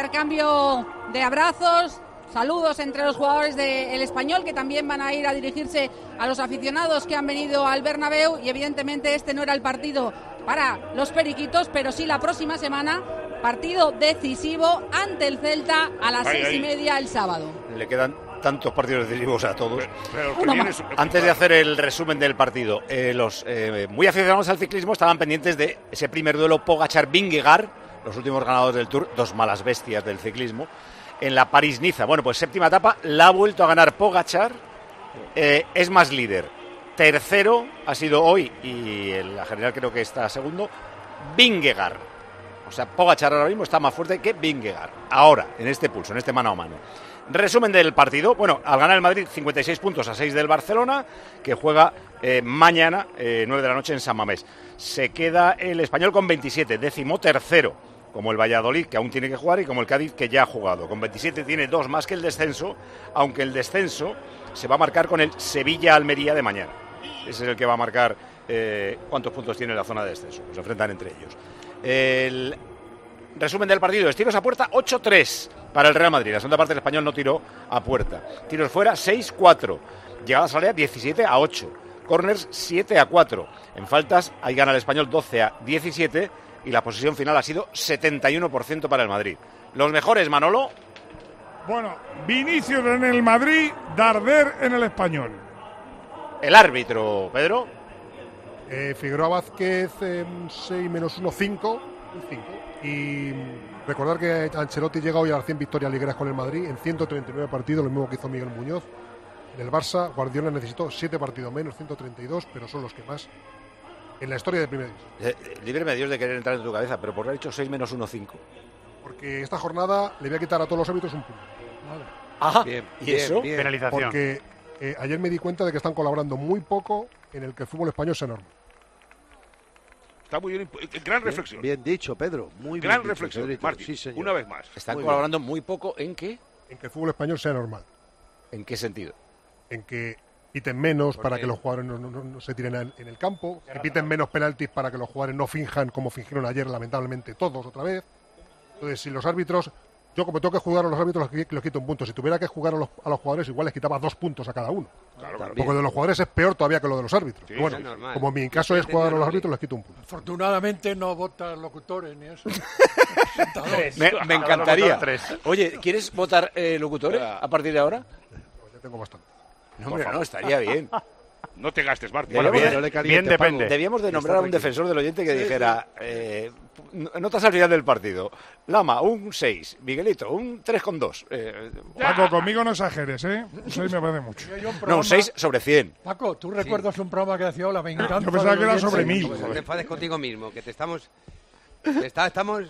Intercambio de abrazos, saludos entre los jugadores del español que también van a ir a dirigirse a los aficionados que han venido al Bernabéu y evidentemente este no era el partido para los periquitos, pero sí la próxima semana partido decisivo ante el Celta a las
Ahí,
seis
ahí.
y media el sábado.
Le quedan tantos partidos decisivos a todos.
Pero
que Uno viene más. es-
Antes de hacer el resumen del partido, eh, los eh, muy aficionados al ciclismo estaban pendientes de ese primer duelo Pogachar-Vingegaard, los últimos ganadores del Tour, dos malas bestias del ciclismo, en la París-Niza. Bueno, pues séptima etapa, la ha vuelto a ganar Pogachar, eh, es más líder. Tercero ha sido hoy, y en la general creo que está segundo, Vingegaard. O sea, Pogachar ahora mismo está más fuerte que Vingegaard. Ahora, en este pulso, en este mano a mano. Resumen del partido. Bueno, al ganar el Madrid 56 puntos a 6 del Barcelona, que juega eh, mañana eh, 9 de la noche en San Mamés. Se queda el español con 27, décimo tercero. como el Valladolid, que aún tiene que jugar, y como el Cádiz, que ya ha jugado. Con 27 tiene dos más que el descenso, aunque el descenso se va a marcar con el Sevilla-Almería de mañana. Ese es el que va a marcar eh, cuántos puntos tiene la zona de descenso. Pues Se enfrentan entre ellos. El resumen del partido: es tiros a puerta 8-3 para el Real Madrid. La segunda parte del español no tiró a puerta. Tiros fuera 6-4. Llegadas al área 17 a 8. Corners 7 a 4. En faltas, ahí gana el español 12 a 17 y la posición final ha sido 71% para el Madrid. Los mejores, Manolo.
Bueno, Vinicius en el Madrid, Darder en el español.
El árbitro, Pedro.
Eh, Figueroa Vázquez, eh, 6 menos 1, 5. 5. Y recordar que Ancelotti llega hoy a las 100 victorias ligueras con el Madrid en 139 partidos, lo mismo que hizo Miguel Muñoz. En el Barça, Guardiola necesitó 7 partidos menos, 132, pero son los que más en la historia de Primera División.
Eh, Líbreme Dios de querer entrar en tu cabeza, pero por haber hecho 6 menos 1, 5.
Porque esta jornada le voy a quitar a todos los árbitros un punto.
Vale. Ah, bien, ¿y bien, eso? Bien.
Penalización.
Porque eh, ayer me di cuenta de que están colaborando muy poco en el que el fútbol español es enorme.
Está muy bien, eh, gran reflexión.
Bien, dicho, Pedro. Muy
gran
bien
reflexión,
dicho,
Martín, sí, señor. Una vez más.
Están muy colaborando bien. muy poco en qué?
En que el fútbol español sea normal.
¿En qué sentido?
En que piten menos para qué? que los jugadores no, no, no, se tiren en el campo, que piten menos penaltis para que los jugadores no finjan como fingieron ayer, lamentablemente todos otra vez. Entonces, si los árbitros, yo como tengo que jugar a los árbitros, los, los quito un punto. Si tuviera que jugar a los, a los, jugadores, igual les quitaba dos puntos a cada uno.
Claro, claro.
Porque de los jugadores es peor todavía que lo de los árbitros. Sí, bueno, como en mi caso es jugar a los árbitros, les quito un punto.
Afortunadamente no votan locutores ni eso.
me, me, encantaría. Oye, ¿quieres votar eh, locutores a partir de ahora?
No, ya Pues tengo bastante.
No, pero no, estaría bien.
No te gastes, Martín.
Bueno, bien, no le caliente, bien depende. Debíamos de nombrar a un defensor del oyente que dijera, eh, notas al final del partido, Lama, un 6, Miguelito, un 3,2. Eh,
Paco, conmigo no exageres, ¿eh? Un 6 me parece mucho.
Un programa... No, un 6 sobre 100.
Paco, ¿tú recuerdas sí. un programa que hacía La Venganza?
Yo pensaba que era sobre mil.
Pues no te enfades contigo mismo, que te estamos... Te está, estamos...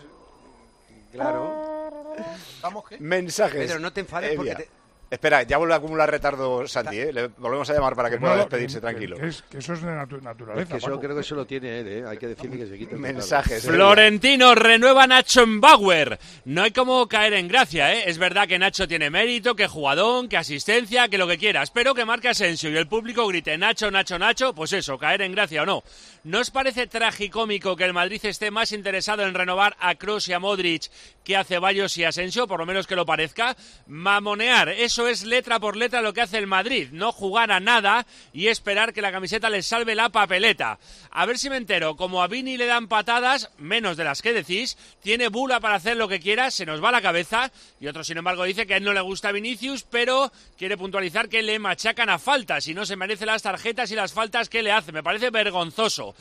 Claro.
¿Estamos qué?
Mensajes.
Pero no te enfades porque... Te...
Espera, ya vuelve a acumular retardo Santi, ¿eh? Le volvemos a llamar para que pueda despedirse
que,
tranquilo.
Que, es, que, eso es de natu naturaleza. Es que
eso Paco. creo que eso lo tiene él, ¿eh? Hay que decirle que se quita el
Mensajes.
Claro. Florentino renueva a Nacho en Bauer. No hay como caer en gracia, ¿eh? Es verdad que Nacho tiene mérito, que jugadón, que asistencia, que lo que quieras. Pero que marque Asensio y el público grite Nacho, Nacho, Nacho, pues eso, caer en gracia o no. ¿No os parece tragicómico que el Madrid esté más interesado en renovar a Kroos y a Modric que a Ceballos y Asensio? Por lo menos que lo parezca. Mamonear, eso es letra por letra lo que hace el Madrid, no jugar a nada y esperar que la camiseta les salve la papeleta. A ver si me entero, como a Vini le dan patadas, menos de las que decís, tiene bula para hacer lo que quiera, se nos va la cabeza, y otro sin embargo dice que a él no le gusta Vinicius, pero quiere puntualizar que le machacan a faltas y no se merece las tarjetas y las faltas que le hace, me parece vergonzoso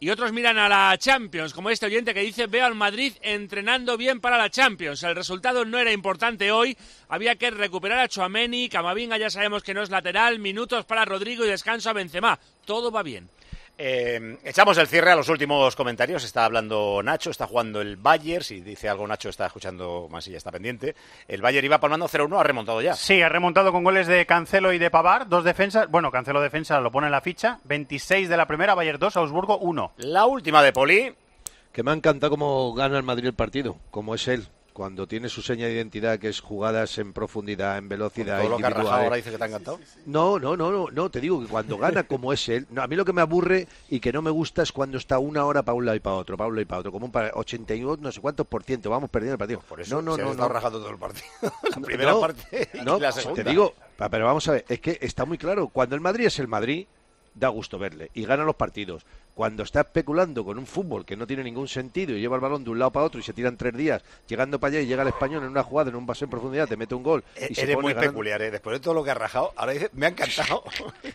y otros miran a la Champions, como este oyente que dice veo al Madrid entrenando bien para la Champions. El resultado no era importante hoy, había que recuperar a Chuameni, Camavinga ya sabemos que no es lateral, minutos para Rodrigo y descanso a Benzema. Todo va bien.
Eh, echamos el cierre a los últimos comentarios. Está hablando Nacho, está jugando el Bayern. Si dice algo Nacho, está escuchando más y ya está pendiente. El Bayern iba palmando 0-1, ha remontado ya.
Sí, ha remontado con goles de Cancelo y de Pavar. Dos defensas. Bueno, Cancelo defensa lo pone en la ficha. 26 de la primera, Bayern 2, Augsburgo 1.
La última de Poli.
Que me ha encantado cómo gana el Madrid el partido, como es él cuando tiene su seña de identidad, que es jugadas en profundidad, en velocidad.
Todo lo que ha rajado ahora dice que te ha encantado.
No, no, no, no, no, te digo que cuando gana como es él, no, a mí lo que me aburre y que no me gusta es cuando está una hora para un lado y para otro, para un lado y para otro, como un para 81, no sé cuántos por ciento, vamos perdiendo el partido.
Por eso no, no, se no, no, no. rajando todo el partido. la primera no, parte y
no,
la segunda.
Te digo, pero vamos a ver, es que está muy claro, cuando el Madrid es el Madrid, da gusto verle y gana los partidos. Cuando está especulando con un fútbol que no tiene ningún sentido y lleva el balón de un lado para otro y se tiran tres días, llegando para allá y llega el español en una jugada, en un pase en profundidad, te mete un gol.
E
y
se eres pone muy ganando. peculiar, ¿eh? después de todo lo que ha rajado, ahora dice, me ha encantado.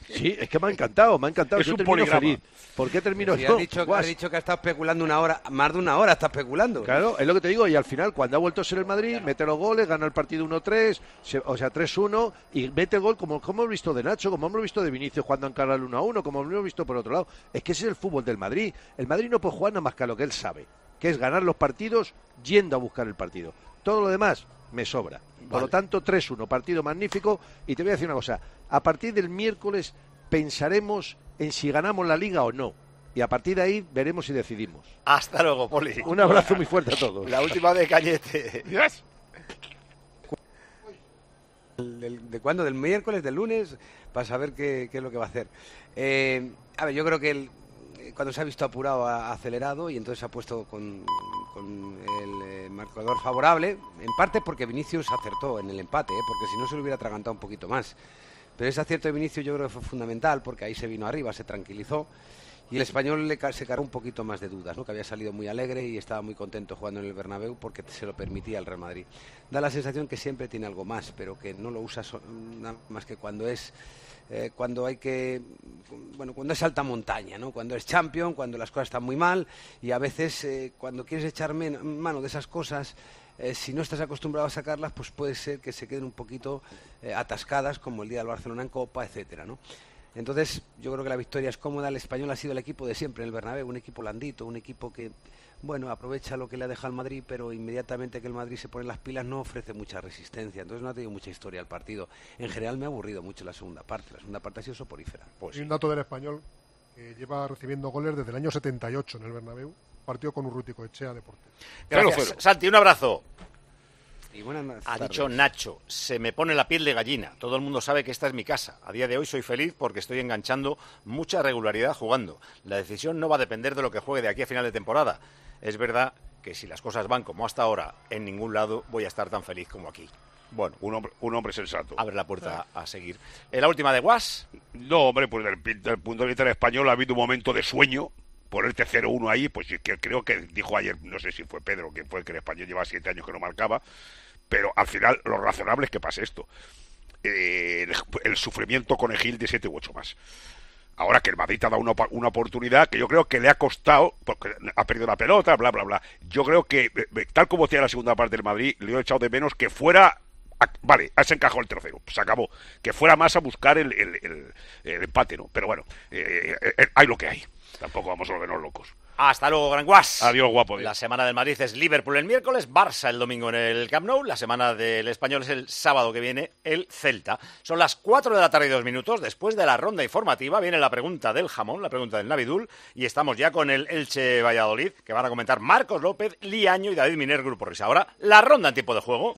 Sí, es que me ha encantado, me ha encantado.
Es Yo un poligrama. Feliz.
¿Por qué termino
si yo? Has dicho, que has dicho que ha estado especulando una hora, más de una hora está especulando.
Claro, es lo que te digo, y al final, cuando ha vuelto a ser el Madrid, claro. mete los goles, gana el partido 1-3, se, o sea, 3-1, y mete el gol como, como hemos visto de Nacho, como hemos visto de Vinicius cuando encara el 1-1 como lo hemos visto por otro lado. Es que ese es el fútbol del Madrid. El Madrid no puede jugar nada más que a lo que él sabe, que es ganar los partidos yendo a buscar el partido. Todo lo demás me sobra. Vale. Por lo tanto, 3-1, partido magnífico. Y te voy a decir una cosa, a partir del miércoles pensaremos en si ganamos la liga o no. y a partir de ahí veremos si decidimos.
Hasta luego, Poli.
Un abrazo muy fuerte a todos.
La última de Cañete.
Yes.
¿De cuándo? ¿Del miércoles? ¿Del lunes? Para saber qué, qué es lo que va a hacer. Eh, a ver, yo creo que el, eh, cuando se ha visto apurado ha acelerado y entonces ha puesto con, con el eh, marcador favorable, en parte porque Vinicius acertó en el empate, ¿eh? porque si no se lo hubiera atragantado un poquito más. Pero ese acierto de Vinicius yo creo que fue fundamental porque ahí se vino arriba, se tranquilizó y el español le se cargó un poquito más de dudas, ¿no? que había salido muy alegre y estaba muy contento jugando en el Bernabéu porque se lo permitía el Real Madrid. Da la sensación que siempre tiene algo más, pero que no lo usa so más que cuando es eh, cuando hay que bueno cuando es alta montaña no cuando es champion cuando las cosas están muy mal y a veces eh, cuando quieres echar mano de esas cosas eh, si no estás acostumbrado a sacarlas pues puede ser que se queden un poquito eh, atascadas como el día del Barcelona en Copa etcétera no entonces yo creo que la victoria es cómoda el español ha sido el equipo de siempre en el Bernabéu un equipo landito un equipo que bueno, aprovecha lo que le ha dejado el Madrid, pero inmediatamente que el Madrid se pone las pilas no ofrece mucha resistencia. Entonces no ha tenido mucha historia el partido. En general me ha aburrido mucho la segunda parte. La segunda parte ha sido soporífera.
Pues, y un dato del español que lleva recibiendo goles desde el año 78 en el Bernabéu. Partido con Urrutico Echea Deportes.
Gracias. Gracias. Santi, un abrazo.
Y buenas
ha
tardes.
dicho Nacho, se me pone la piel de gallina. Todo el mundo sabe que esta es mi casa. A día de hoy soy feliz porque estoy enganchando mucha regularidad jugando. La decisión no va a depender de lo que juegue de aquí a final de temporada. Es verdad que si las cosas van como hasta ahora, en ningún lado voy a estar tan feliz como aquí.
Bueno, un hombre, un hombre sensato.
Abre la puerta a seguir. Eh, ¿La última de Guas?
No, hombre, pues desde el, punto de vista del español ha habido un momento de sueño. Ponerte 0-1 ahí, pues que creo que dijo ayer, no sé si fue Pedro, que fue el que el español lleva siete años que no marcaba, pero al final lo razonable es que pase esto. Eh, el, el, sufrimiento conejil de 7 u 8 más. Ahora que el Madrid ha dado una, una, oportunidad que yo creo que le ha costado, porque ha perdido la pelota, bla, bla, bla. Yo creo que, eh, tal como tiene la segunda parte del Madrid, le he echado de menos que fuera. A, vale, se encajó el tercero, se acabó. Que fuera más a buscar el, el, el empate, ¿no? Pero bueno, eh, eh, hay lo que hay. Tampoco vamos a volvernos locos.
Hasta luego, Gran Guas.
Adiós, guapo. Dios.
La semana del Madrid es Liverpool el miércoles, Barça el domingo en el Camp Nou. La semana del Español es el sábado que viene, el Celta. Son las 4 de la tarde y dos minutos. Después de la ronda informativa viene la pregunta del jamón, la pregunta del Navidul. Y estamos ya con el Elche Valladolid, que van a comentar Marcos López, Liaño y David Miner, Grupo Risa. Ahora, la ronda en tiempo de juego.